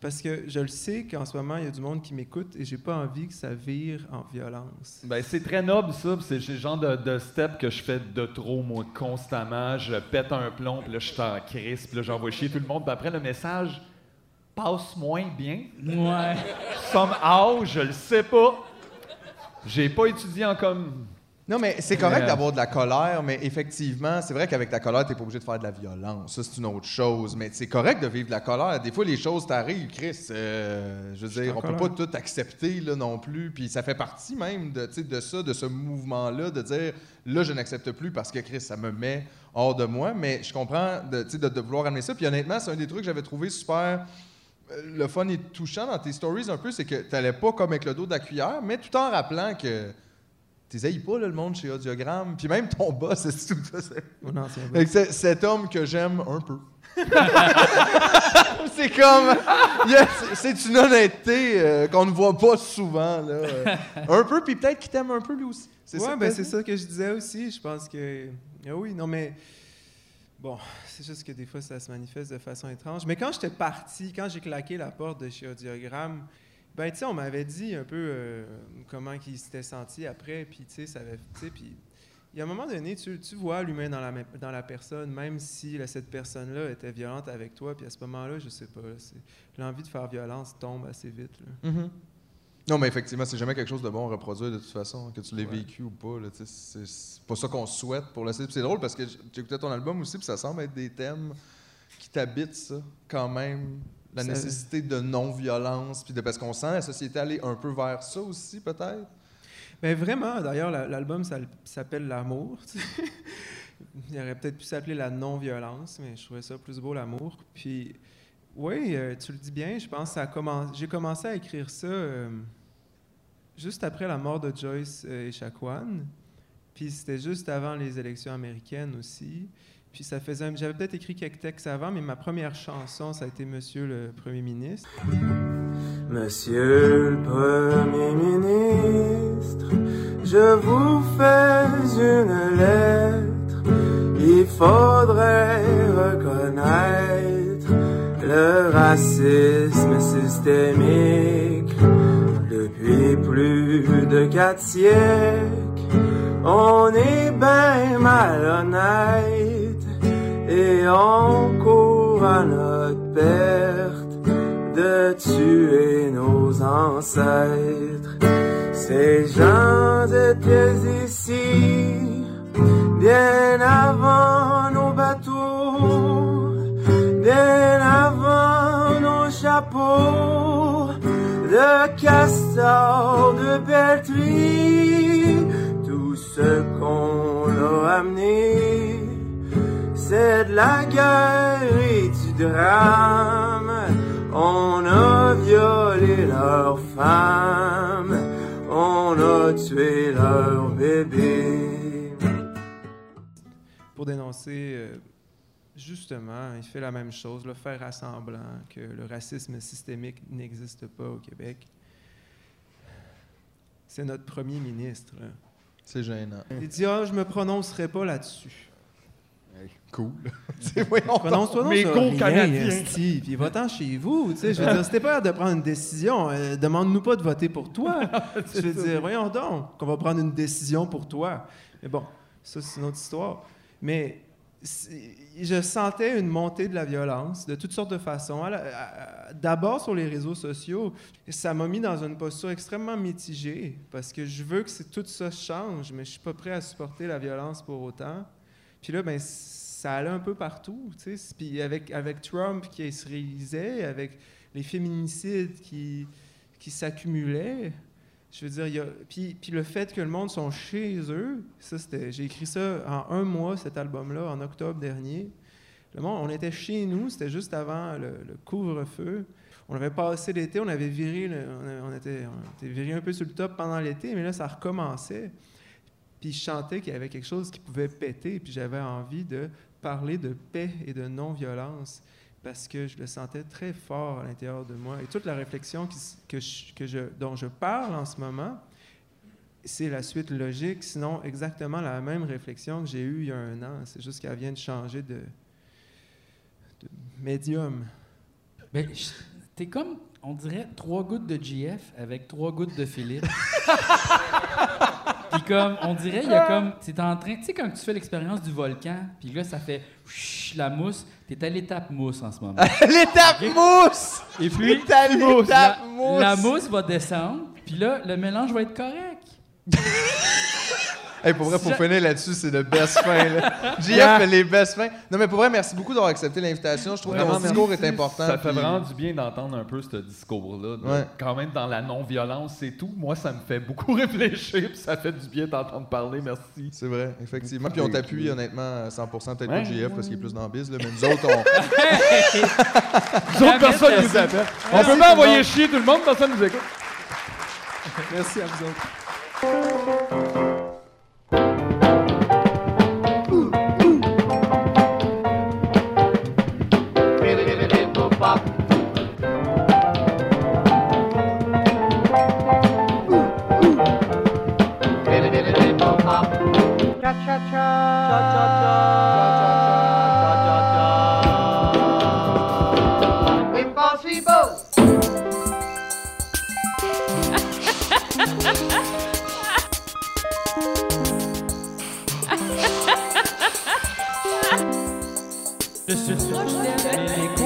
Parce que je le sais qu'en ce moment, il y a du monde qui m'écoute et j'ai pas envie que ça vire en violence. Ben, c'est très noble, ça. pis C'est c'est le genre de, de step que je fais de trop, moi, constamment. Je pète un plomb, puis là, je suis en crise, puis là, j'envoie chier tout le monde. Puis après, le message passe moins bien. Ouais. Somehow, je le sais pas. J'ai pas étudié en comme. Non, mais c'est correct Euh. Yeah. d'avoir de la colère, mais effectivement, c'est vrai qu'avec ta colère, t'es pas obligé de faire de la violence. Ça, c'est une autre chose. Mais c'est correct de vivre de la colère. Des fois, les choses t'arrivent, Chris. Euh, je veux dire, en on peut pas colère. tout accepter là, non plus. Puis ça fait partie même de, tu sais, de ça, de ce mouvement-là, de dire là, je n'accepte plus parce que Chris, ça me met hors de moi. Mais je comprends de, tu sais, de, de vouloir amener ça. Puis honnêtement, c'est un des trucs que j'avais trouvé super euh, le fun et touchant dans tes stories un peu, c'est que t'allais pas comme avec le dos de la cuillère, mais tout en rappelant que t'essayes pas là, le monde chez Audiogramme, puis même ton boss, c'est tout ça. c'est- Mon ancien boss. Fait que c'est- cet homme que j'aime un peu. c'est comme. yes, c'est une honnêteté euh, qu'on ne voit pas souvent. Là, euh. un peu, puis peut-être qu'il t'aime un peu lui aussi. C'est ouais, ça que ben t'as c'est dit? ça que je disais aussi. Je pense que. Ah oui, non, mais. Bon, c'est juste que des fois, ça se manifeste de façon étrange. Mais quand j'étais parti, quand j'ai claqué la porte de chez Audiogramme, ben, tu sais, on m'avait dit un peu euh, comment qu'il s'était senti après, puis, tu sais, ça avait. Tu sais, puis. Il y a un moment donné, tu, tu vois l'humain dans la, ma- dans la personne, même si là, cette personne-là était violente avec toi, puis à ce moment-là, je sais pas, là, c'est- l'envie de faire violence tombe assez vite. là. Mhm. Non, mais effectivement, c'est jamais quelque chose de bon à reproduire de toute façon, que tu l'aies Ouais. vécu ou pas. là, tu sais, c'est c'est pas ça qu'on souhaite pour la série. Puis C'est drôle parce que j- j'écoutais ton album aussi, puis ça semble être des thèmes qui t'habitent, ça, quand même. La Ça- nécessité de non-violence, puis de parce qu'on sent la société aller un peu vers ça aussi, peut-être. Mais vraiment, d'ailleurs, la- l'album ça- s'appelle L'amour. tu sais. Il aurait peut-être pu s'appeler La non-violence, mais je trouvais ça plus beau, l'amour. Puis, oui, euh, tu le dis bien, je pense que ça a commen- j'ai commencé à écrire ça euh, juste après la mort de Joyce euh, Echaquan. Puis c'était juste avant les élections américaines aussi. Puis ça faisait. un- J'avais peut-être écrit quelques textes avant, mais ma première chanson, ça a été Monsieur le Premier ministre. Monsieur le Premier ministre, je vous fais une lettre. Il faudrait reconnaître le racisme systémique. Depuis plus de quatre siècles, on est bien malhonnête et on court à notre perte de tuer nos ancêtres. Ces gens étaient ici bien avant nos bateaux, bien avant nos chapeaux de castor, de pelleterie. Tout ce qu'on a amené, c'est de la guerre et du drame. On a violé leurs femmes, on a tué leurs bébés. pour dénoncer euh, justement, il fait la même chose, le faire à semblant que le racisme systémique n'existe pas au Québec. C'est notre premier ministre. là. C'est gênant. Il dit Ah, je me prononcerai pas là-dessus. Cool. C'est- voyons Prononce-toi donc. non Mes sur gros rien, Canadiens. esti, Puis va-t'en chez vous. Tu sais, je veux dire, si t'es pas hâte de prendre une décision, euh, demande-nous pas de voter pour toi. je veux dire, voyons donc qu'on va prendre une décision pour toi. Mais bon, ça, c'est une autre histoire. Mais c'est- je sentais une montée de la violence de toutes sortes de façons. À la- à- à- D'abord sur les réseaux sociaux, ça m'a mis dans une posture extrêmement mitigée parce que je veux que c'est- tout ça change, mais je suis pas prêt à supporter la violence pour autant. Puis là, ben, ça allait un peu partout. tu sais. Puis avec, avec Trump qui se réalisait, avec les féminicides qui, qui s'accumulaient, je veux dire, il y a- puis, puis le fait que le monde sont chez eux, ça c'était, j'ai écrit ça en un mois, cet album-là, en octobre dernier. Le monde, on était chez nous, c'était juste avant le, le couvre-feu. On avait passé l'été, on avait viré, le- on, avait- on était, on était viré un peu sur le top pendant l'été, mais là ça recommençait. Puis je chantais qu'il y avait quelque chose qui pouvait péter, puis j'avais envie de parler de paix et de non-violence parce que je le sentais très fort à l'intérieur de moi. Et toute la réflexion qui s- que je- que je- dont je parle en ce moment, c'est la suite logique, sinon exactement la même réflexion que j'ai eue il y a un an. C'est juste qu'elle vient de changer de, de médium. Ben, je- t'es comme, on dirait, trois gouttes de GF avec trois gouttes de Philippe. puis comme, on dirait, il y a comme, t'es en train, tu sais, quand tu fais l'expérience du volcan, puis là, ça fait whoosh, la mousse, t'es à l'étape mousse en ce moment. L'étape mousse! Et puis, T'es à l'étape la, mousse. la mousse va descendre, puis là, le mélange va être correct. Hey, pour vrai, pour Je- finir là-dessus, c'est de best fin. Là. JF Yeah. fait les best fins. Non, mais pour vrai, merci beaucoup d'avoir accepté l'invitation. Je trouve que Vraiment, ton discours merci. est important. Ça fait puis- vraiment du bien d'entendre un peu ce discours-là. de- Ouais. Quand même, dans la non-violence et tout, moi, ça me fait beaucoup réfléchir, puis ça fait du bien d'entendre parler. Merci. C'est vrai, effectivement. Puis on t'appuie honnêtement à 100%, peut-être Ouais. pas JF parce qu'il est plus dans le biz, là, mais nous autres, on. Nous autres, personne nous appelle. On peut pas envoyer chier tout le monde, personne nous écoute. Merci é à vous autres. Impossible! Je suis sûr que je t'aime, mais les coups hein.